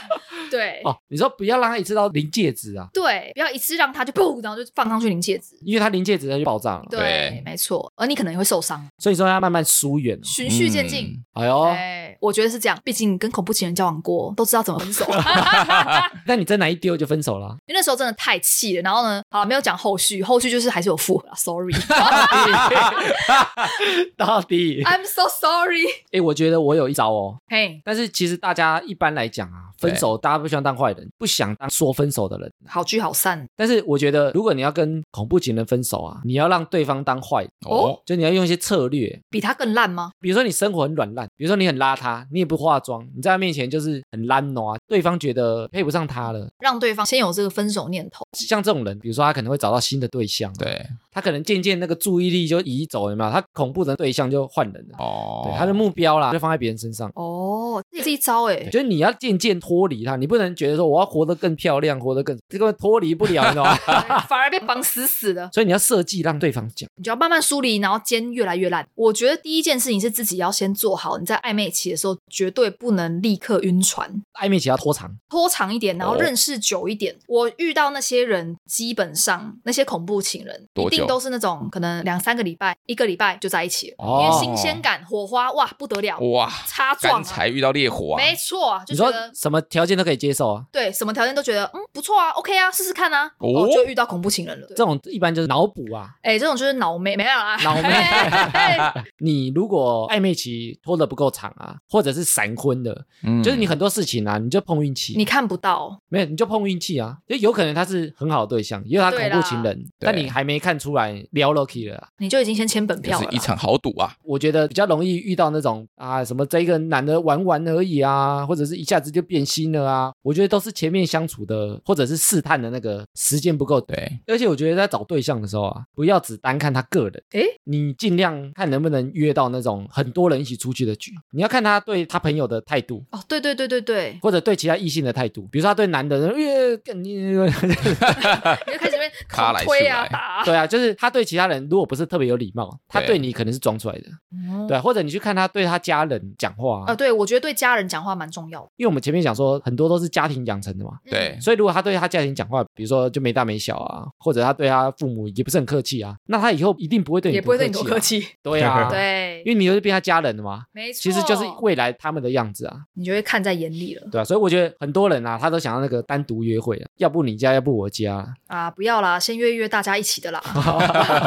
Speaker 2: 对。
Speaker 1: 哦，你说不要让他一次到临界值啊，
Speaker 2: 对，不要一次让他就砰，然后就放上去临界值。
Speaker 1: 因为他临界值它就爆炸了，
Speaker 2: 对，
Speaker 3: 对
Speaker 2: 没错，而你可能也会受伤，
Speaker 1: 所以说要慢慢疏远、哦。
Speaker 2: 循序渐进。
Speaker 1: 哎呦，
Speaker 2: 哎，我觉得是这样，毕竟跟恐怖情人交往过，都知道怎么分手。
Speaker 1: 那你真哪一丢就分手了啊、
Speaker 2: 因为那时候真的太气了，然后呢，好了，没有讲后续，后续就是还是有复合了，sorry，
Speaker 1: 到底？哎、
Speaker 2: I'm so sorry。
Speaker 1: 我觉得我有一招哦，
Speaker 2: 嘿，
Speaker 1: 但是其实大家一般来讲啊，分手大家不喜欢当坏人，不想当说分手的人。
Speaker 2: 好聚好散，
Speaker 1: 但是我觉得，如果你要跟恐怖情人分手啊，你要让对方当坏人，
Speaker 3: 哦，
Speaker 1: 就你要用一些策略，
Speaker 2: 比他更烂吗？
Speaker 1: 比如说你生活很软烂，比如说你很邋遢，你也不化妆，你在他面前就是很懒惰啊，对方觉得配不上他了。
Speaker 2: 让对方先有这个分手念头，
Speaker 1: 像这种人，比如说他可能会找到新的对象，，啊
Speaker 3: 对，
Speaker 1: 他可能渐渐那个注意力就移走，有没有？他恐怖的对象就换人了，
Speaker 3: 哦，
Speaker 1: 对，他的目标啦就放在别人身上。
Speaker 2: 哦，这也是一 招哎、
Speaker 1: 就是你要渐渐脱离他，你不能觉得说我要活得更漂亮，活得更这个脱离不了，你知 道吗？
Speaker 2: 反而被绑死死的，
Speaker 1: 所以你要设计让对方讲，
Speaker 2: 你就要慢慢梳理，然后肩越来越烂。我觉得第一件事情是自己要先做好，你在暧昧期的时候绝对不能立刻晕船，
Speaker 1: 暧昧期要拖长，
Speaker 2: 拖长一点，然后
Speaker 3: 哦
Speaker 2: 认识久一点。我遇到那些人，基本上那些恐怖情人，一
Speaker 3: 多久
Speaker 2: 定都是那种可能两三个礼拜、一个礼拜就在一起了，
Speaker 1: 哦
Speaker 2: 因为新鲜感、火花，哇，不得了，
Speaker 3: 哇，
Speaker 2: 擦撞
Speaker 3: 刚
Speaker 2: 啊，
Speaker 3: 才遇到烈火啊，
Speaker 2: 没错啊，就
Speaker 1: 你
Speaker 2: 觉
Speaker 1: 说
Speaker 2: 得。
Speaker 1: 什么条件都可以接受啊。
Speaker 2: 对，什么条件都觉得嗯不错啊，OK 啊，试试看啊，
Speaker 3: 哦
Speaker 2: 哦，就遇到恐怖情人了。
Speaker 1: 这种一般就是脑补啊，
Speaker 2: 哎，这种就是脑没没有 啦，
Speaker 1: 脑 没
Speaker 2: 没
Speaker 1: 你如果暧昧期拖得不够长啊，或者是闪婚的，
Speaker 3: 嗯
Speaker 1: 就是你很多事情啊，你就碰运气，
Speaker 2: 你看不到，
Speaker 1: 没有你就碰运气啊，就有可能他是很好的对象，也有他恐
Speaker 2: 对啦
Speaker 1: 怖情人，但你还没看出来撩 Loki 了啊、
Speaker 2: 你就已经先签本
Speaker 3: 就
Speaker 2: 票
Speaker 3: 是
Speaker 2: 了
Speaker 3: 一
Speaker 2: 啦。
Speaker 3: 场豪赌啊，
Speaker 1: 我觉得比较容易遇到那种啊，什么这个男的玩玩而已啊，或者是一下子就变心了啊，我觉得都是前面相处的或者是试探的那个时间不够短。
Speaker 3: 对，
Speaker 1: 而且我觉得在找对象的时候啊，不要只单看他个人，
Speaker 2: 诶
Speaker 1: 你尽量看能不能约到那种很多人一起出去的局。你要看他对他朋友的态度，
Speaker 2: 哦，对对对对 对，
Speaker 1: 或者对其他异性的态度。比如说他对男的，呃，干你
Speaker 2: 你就开始被
Speaker 3: 卡
Speaker 2: 狂
Speaker 3: 来
Speaker 2: 推
Speaker 3: 秀
Speaker 2: 啊
Speaker 3: 来
Speaker 2: 打啊，
Speaker 1: 对啊，就是他对其他人如果不是特别有礼貌，他
Speaker 3: 对
Speaker 1: 对你可能是装出来的。
Speaker 2: 嗯
Speaker 1: 对啊、或者你去看他对他家人讲话、
Speaker 2: 呃，
Speaker 1: 啊，
Speaker 2: 对，我觉得对家人讲话蛮重要的。
Speaker 1: 因为我们前面讲说很多都是家庭养成的嘛。
Speaker 2: 嗯
Speaker 3: 对，
Speaker 1: 所以，如果他对他家庭讲话，比如说就没大没小啊，或者他对他父母也不是很客气啊，那他以后一定不会对你
Speaker 2: 也不会对你
Speaker 1: 多
Speaker 2: 多
Speaker 1: 啊
Speaker 2: 客。气。
Speaker 1: 对啊，
Speaker 2: 对，
Speaker 1: 因为你又是变他家人了嘛，
Speaker 2: 没错，
Speaker 1: 其实就是未来他们的样子啊，
Speaker 2: 你就会看在眼里了
Speaker 1: 对啊，所以我觉得很多人啊，他都想要那个单独约会啊，要不你家，要不我家啊，
Speaker 2: 啊！不要啦，先约一约大家一起的
Speaker 1: 啊
Speaker 2: 啦，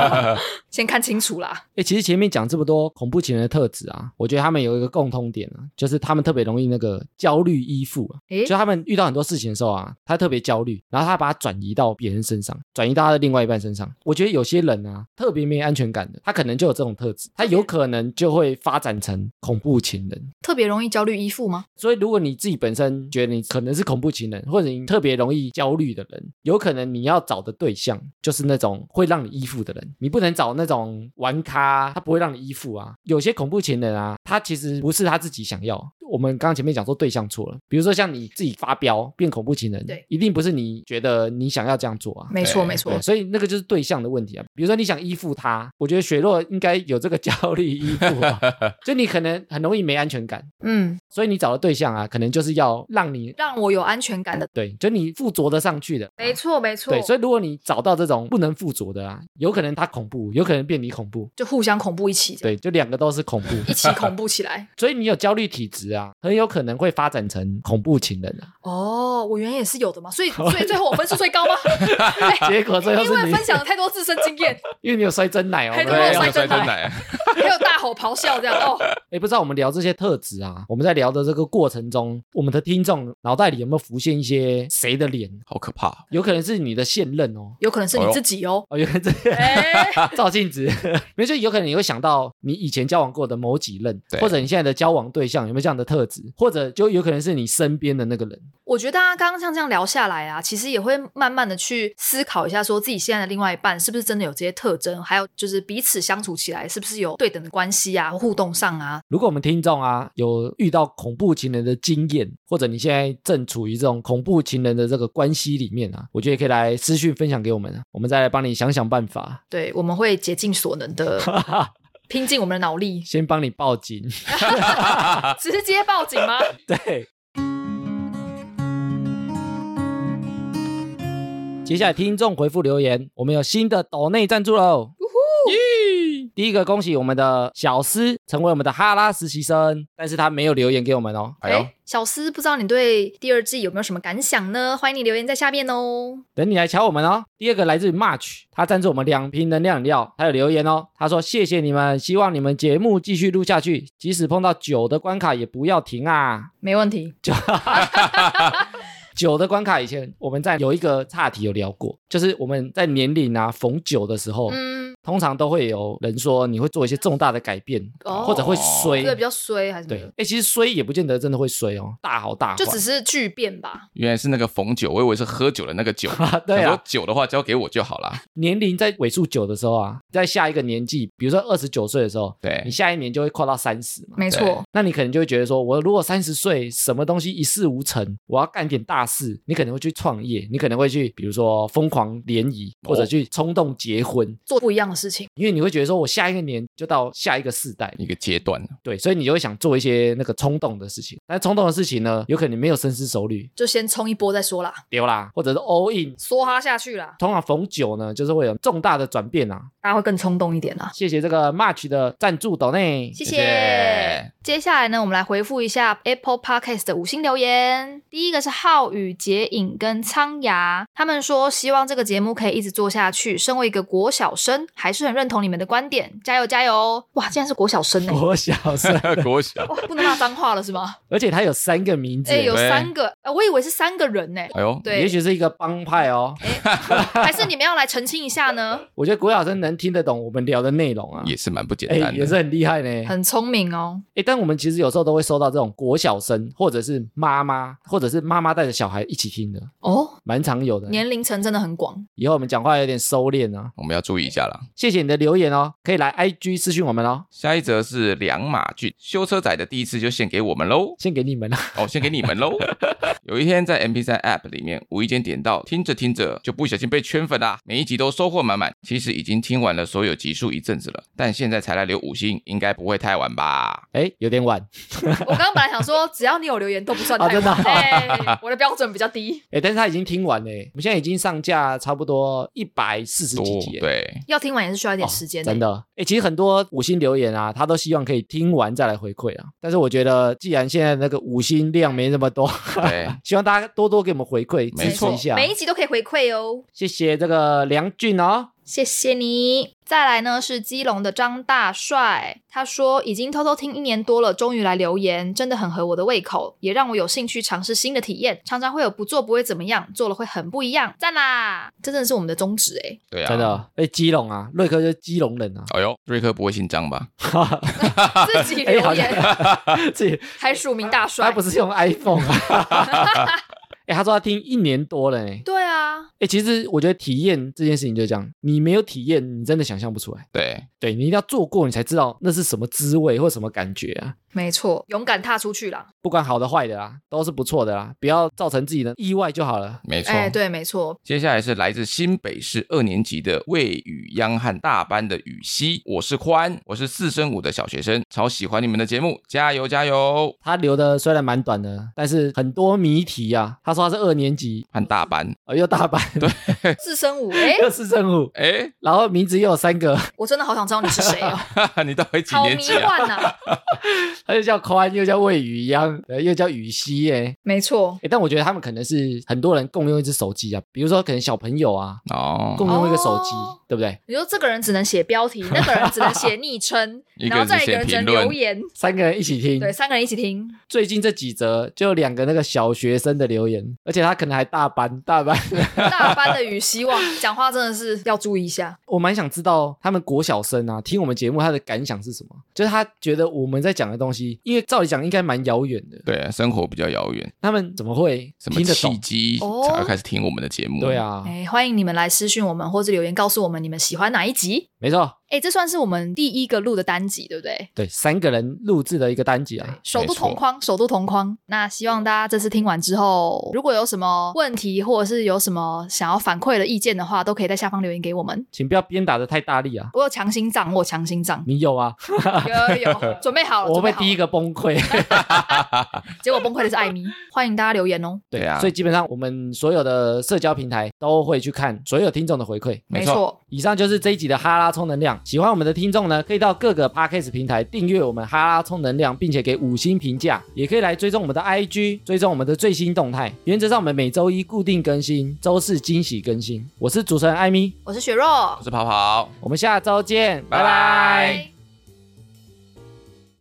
Speaker 2: 先看清楚啦。
Speaker 1: 哎、其实前面讲这么多恐怖情人的特质啊，我觉得他们有一个共通点啊，就是他们特别容易那个焦虑依附、啊，
Speaker 2: 诶
Speaker 1: 就他们遇到很多事情的时候啊，他特别焦虑，然后他把它转移到别人身上，转移到他的另外一半身上。我觉得有些人啊，特别没安全感的，他可能就有这种特质，他有可能就会发展成恐怖情人。
Speaker 2: 特别容易焦虑依附吗？
Speaker 1: 所以，如果你自己本身觉得你可能是恐怖情人，或者你特别容易焦虑的人，有可能你要找的对象就是那种会让你依附的人。你不能找那种玩咖，他不会让你依附啊。有些恐怖情人啊，他其实不是他自己想要。我们刚刚前面讲说对象错了，比如说像你自己发飙变恐怖情人，
Speaker 2: 对
Speaker 1: 一定不是你觉得你想要这样做啊。
Speaker 2: 没错，
Speaker 3: 对
Speaker 2: 没错
Speaker 1: 对，。所以那个就是对象的问题啊。比如说你想依附他，我觉得雪落应该有这个焦虑依附、 啊，就你可能很容易没安全感，
Speaker 2: 嗯，
Speaker 1: 所以你找的对象啊，可能就是要让你
Speaker 2: 让我有安全感的。
Speaker 1: 对，就你附着得上去的。
Speaker 2: 没错，没错。
Speaker 1: 啊对，所以如果你找到这种不能附着的啊，有可能他恐怖，有可能变你恐怖，
Speaker 2: 就互相恐怖一起，
Speaker 1: 对，就两个都是恐 怖。
Speaker 2: 一起 恐怖起来。
Speaker 1: 所以你有焦虑体质啊，很有可能会发展成恐怖情人啊。
Speaker 2: 哦，我原来也是有的嘛，所 以所以最后我分数最高吗？哎
Speaker 1: 结果啊最后
Speaker 2: 因
Speaker 1: 是
Speaker 2: 为
Speaker 1: 你，
Speaker 2: 分享了太多自身经验，
Speaker 1: 因为你有摔真奶哦。
Speaker 2: 还
Speaker 1: 对
Speaker 2: 有没有
Speaker 1: 哎、
Speaker 2: 摔
Speaker 3: 摔
Speaker 2: 真
Speaker 3: 真
Speaker 2: 奶
Speaker 3: 奶，
Speaker 2: 还有大吼咆哮这样哦。
Speaker 1: 不知道我们聊这些特质啊，我们在聊的这个过程中，我们的听众脑袋里有没有浮现一些谁的脸？
Speaker 3: 好可怕！
Speaker 1: 有可能是你的现任哦，
Speaker 2: 有可能是你自 己哦。
Speaker 1: 哦，有可能是。
Speaker 2: 哎，
Speaker 1: 照镜子， 没事，有可能你会想到你以前交往过的某几任，
Speaker 3: 对
Speaker 1: 或者你现在的交往对象有没有这样的特质，或者就有可能是你身边的那个人。
Speaker 2: 我觉得大家刚刚像这样聊下来啊，其实也会慢慢的去思考一下，说自己现在的另外一半是不是真的有这些特征，还有就是彼此相处起来是不是有对等的关系啊，互动上啊。
Speaker 1: 如果我们听众啊有遇到恐怖情人的经验，或者你现在正处于这种恐怖情人的这个关系里面啊，我觉得也可以来私讯分享给我们啊，我们再来帮你想想办法，
Speaker 2: 对，我们会竭尽所能 的拼尽我们的脑力，
Speaker 1: 先帮你报警。
Speaker 3: 啊
Speaker 2: 直接报警吗？
Speaker 1: 对。接下来听众回复留言，我们有新的抖内赞助喽！耶第一个恭喜我们的小诗成为我们的哈拉实习生，但是他没有留言给我们哦。
Speaker 3: 哎呦
Speaker 2: 诶，小思，不知道你对第二季有没有什么感想呢？欢迎你留言在下面哦。
Speaker 1: 等你来瞧我们哦。第二个来自于 March，他赞助我们两瓶能量饮料，还有留言哦。他说：“谢谢你们，希望你们节目继续录下去，即使碰到酒的关卡也不要停啊。”
Speaker 2: 没问题，
Speaker 1: 酒的关卡，以前我们在有一个岔题有聊过，就是我们在年龄啊逢酒的时候，
Speaker 3: 哦
Speaker 2: 嗯，
Speaker 1: 通常都会有人说你会做一些重大的改变，
Speaker 2: 哦
Speaker 1: 或者会衰。
Speaker 2: 对，比较衰还是什
Speaker 1: 对
Speaker 2: 么？，
Speaker 1: 哎，其实衰也不见得真的会衰哦，大好大坏。
Speaker 2: 就只是巨变吧。
Speaker 3: 原来是那个逢酒，我以为是喝酒的那个酒。
Speaker 1: 对
Speaker 3: 想说
Speaker 1: 啊，
Speaker 3: 酒的话交给我就好啦。
Speaker 1: 年龄在尾数九的时候啊，在下一个年纪，比如说二十九岁的时候，
Speaker 3: 对
Speaker 1: 你下一年就会跨到三十嘛。
Speaker 2: 没
Speaker 3: 对，
Speaker 1: 那你可能就会觉得说，我如果三十岁什么东西一事无成，我要干点大事，你可能会去创业，你可能会去，比如说疯狂联谊，或者
Speaker 3: 哦
Speaker 1: 去冲动结婚，
Speaker 2: 做不一样的事情，
Speaker 1: 因为你会觉得说，我下一个年就到下一个世代，
Speaker 3: 一个阶段，
Speaker 1: 对，所以你就会想做一些那个冲动的事情。但冲动的事情呢，有可能没有深思熟虑，
Speaker 2: 就先冲一波再说啦，
Speaker 1: 丢啦，或者是 all in。
Speaker 2: 梭哈下去啦，
Speaker 1: 通常逢九呢，就是会有重大的转变啊！
Speaker 2: 大家会更冲动一点啦。
Speaker 1: 谢谢这个 March 的赞助岛内，
Speaker 2: 谢
Speaker 3: 谢谢
Speaker 2: 接下来呢，我们来回复一下 Apple Podcast 的五星留言。第一个是浩宇、杰影跟苍牙，他们说希望这个节目可以一直做下去。身为一个国小生，还是很认同你们的观点，加油加油！哇，竟然是国小生呢、欸
Speaker 1: 我小声，
Speaker 3: 国小。
Speaker 2: 哇，不能骂脏话了 是吗？
Speaker 1: 而且他有三个名字
Speaker 2: 哎、，有
Speaker 3: 对
Speaker 2: 三个，呃我以为是三个人呢、欸
Speaker 3: 哎呦，
Speaker 2: 对，
Speaker 1: 也许是一个帮派哦。
Speaker 2: 还是你们要来澄清一 下呢？
Speaker 1: 我觉得国小生能听得懂我们聊的内容啊，
Speaker 3: 也是蛮不简
Speaker 1: 哎
Speaker 3: 单
Speaker 1: 也
Speaker 3: 的。
Speaker 1: 是很厉害呢。
Speaker 2: 很聪明哦，
Speaker 1: 哎，但我们其实有时候都会收到这种国小生，或者是妈妈，或者是妈妈带着小孩一起听的，
Speaker 2: 哦，
Speaker 1: 蛮常有的。
Speaker 2: 年龄层真的很广。
Speaker 1: 以后我们讲话有点收敛啊。
Speaker 3: 我们要注意一下啦。
Speaker 1: 谢谢你的留言哦，可以来 IG 私讯我们哦，
Speaker 3: 下一则是两马俊修车仔的第一次就献给我们喽，
Speaker 1: 献给你们了。啊
Speaker 3: 哦，献给你们喽。有一天在 MP3 App 里面无意间点到，听着听着就不小心被圈粉啦，每一集都收获满满。其实已经听完了所有集数一阵子了，但现在才来留五星，应该不会太晚吧？
Speaker 1: 哎，有点晚，
Speaker 2: 我刚刚本来想说，只要你有留言都不 算
Speaker 1: 哦
Speaker 2: 太
Speaker 1: 真的
Speaker 2: 晚
Speaker 1: 啊，
Speaker 2: 哎、我的标准比较低。
Speaker 1: 哎，但是他已经听完嘞，我们现在已经上架差不多一百四十
Speaker 3: 多
Speaker 1: 几集，，
Speaker 3: 哦对，
Speaker 2: 要听完也是需要一点时间、
Speaker 1: 真。的，哎、其实很多五星留言啊，他都希望可以听完再来回馈啊。但是我觉得，既然现在那个五星量没那么多，
Speaker 3: 对，
Speaker 1: 希望大家多多给我们回馈，
Speaker 3: 没
Speaker 1: 支持
Speaker 3: 错
Speaker 1: 一下。
Speaker 2: 每一集都可以回馈哦。
Speaker 1: 谢谢这个梁俊哦，
Speaker 2: 谢谢你。再来呢是基隆的张大帅，他说已经偷偷听一年多了，终于来留言，真的很合我的胃口，也让我有兴趣尝试新的体验。常常会有不做不会怎么样，做了会很不一样，赞啦！这真的是我们的宗旨哎、
Speaker 3: 对啊，
Speaker 1: 真。的，哎、基隆啊，瑞克就是基隆 人啊，
Speaker 3: 哎呦，瑞克不会姓张吧？
Speaker 2: 自 己
Speaker 1: 哎、
Speaker 2: 留
Speaker 1: 好像
Speaker 2: 言
Speaker 1: 自己
Speaker 2: 还署名大帅，
Speaker 1: 他不是用 iPhone 啊。哎、他说他听一年多了呢。哎、
Speaker 2: 对啊，
Speaker 1: 其实我觉得体验这件事情就是这样，你没有体验，你真的想象不出来。
Speaker 3: 对，
Speaker 1: 对你一定要做过，你才知道那是什么滋味或什么感觉啊。
Speaker 2: 没错，勇敢踏出去啦。
Speaker 1: 不管好的坏的啦，都是不错的啦，不要造成自己的意外就好了。
Speaker 3: 没错。
Speaker 2: 哎、对，没错，
Speaker 3: 接下来是来自新北市二年级的魏宇央和大班的雨熙，我是宽，我是四升五的小学生，超喜欢你们的节目，加油加油！
Speaker 1: 他留的虽然蛮短的，但是很多谜题啊。他说他是二年级，
Speaker 3: 和大班，
Speaker 1: 呃，又大班，对，
Speaker 2: 自身舞，哎、
Speaker 1: 又是正午，
Speaker 3: 哎、
Speaker 1: 然后名字又有三个，
Speaker 2: 我真的好想知道你是谁哦，
Speaker 3: 哈哈，你到底几
Speaker 2: 好
Speaker 3: 年
Speaker 2: 迷
Speaker 3: 级啊？
Speaker 2: 幻呐、
Speaker 1: 他就叫宽，又叫魏宇一样，呃又叫雨熙，哎，
Speaker 2: 没错，
Speaker 1: 诶但我觉得他们可能是很多人共用一只手机啊，比如说可能小朋友啊，
Speaker 3: 哦，，
Speaker 1: 共用一个手机，
Speaker 2: 哦
Speaker 1: 对不对？
Speaker 2: 你说这个人只能写标题，那个人只能写昵称
Speaker 3: 一个
Speaker 2: 然后
Speaker 3: 人
Speaker 2: 再一
Speaker 3: 只写
Speaker 2: 个人只能
Speaker 3: 评论
Speaker 2: 留 言，
Speaker 1: 三个人一起听，
Speaker 2: 对，三个人一起听，
Speaker 1: 最近这几则就有两个那个小学生的留言，而且他可能还大班，大班。
Speaker 2: 大班的语希望讲话真的是要注意一下。
Speaker 1: 我蛮想知道他们国小生啊，听我们节目他的感想是什么？就是他觉得我们在讲的东西，因为照理讲应该蛮遥远的，
Speaker 3: 对，生活比较遥远，
Speaker 1: 他们怎么会
Speaker 3: 什么
Speaker 1: 听得
Speaker 3: 契
Speaker 1: 懂？
Speaker 3: 机
Speaker 2: 哦
Speaker 3: 才会开始听我们的节目？
Speaker 1: 对，啊，
Speaker 2: 哎，欢迎你们来私讯我们或者留言告诉我们你们喜欢哪一集。
Speaker 1: 没错，
Speaker 2: 哎，这算是我们第一个录的单集，对不对？
Speaker 1: 对，三个人录制的一个单集啊，
Speaker 2: 首
Speaker 3: 没
Speaker 2: 度
Speaker 3: 错
Speaker 2: 同框，首度同框。那希望大家这次听完之后，如果有什么问题或者是有什么想要反馈的意见的话，都可以在下方留言给我们。
Speaker 1: 请不要鞭打的太大力啊！，
Speaker 2: 我有强心脏，我有强心脏
Speaker 1: 你有啊？
Speaker 2: 有有有，准备好了。
Speaker 1: 我会
Speaker 2: 准备好
Speaker 1: 第一
Speaker 2: 了，
Speaker 1: 个崩溃。
Speaker 2: 结果崩溃的是艾米。欢迎大家留言哦。
Speaker 1: 对
Speaker 3: 对啊
Speaker 1: 所以基本上我们所有的社交平台都会去看所有听众的回馈。
Speaker 3: 没
Speaker 2: 没
Speaker 3: 错
Speaker 2: 错，
Speaker 1: 以上就是这一集的哈拉充能量。喜欢我们的听众呢，可以到各个 podcast 平台订阅我们哈拉充能量，并且给五星评价，也可以来追踪我们的 IG，追踪我们的最新动态。原则上，我们每周一固定更新，周四惊喜更新。我是主持人艾米，
Speaker 2: 我是雪若
Speaker 3: 我，是跑跑。
Speaker 1: 我们下周见，拜
Speaker 3: 拜
Speaker 1: 拜
Speaker 3: 拜
Speaker 2: 拜。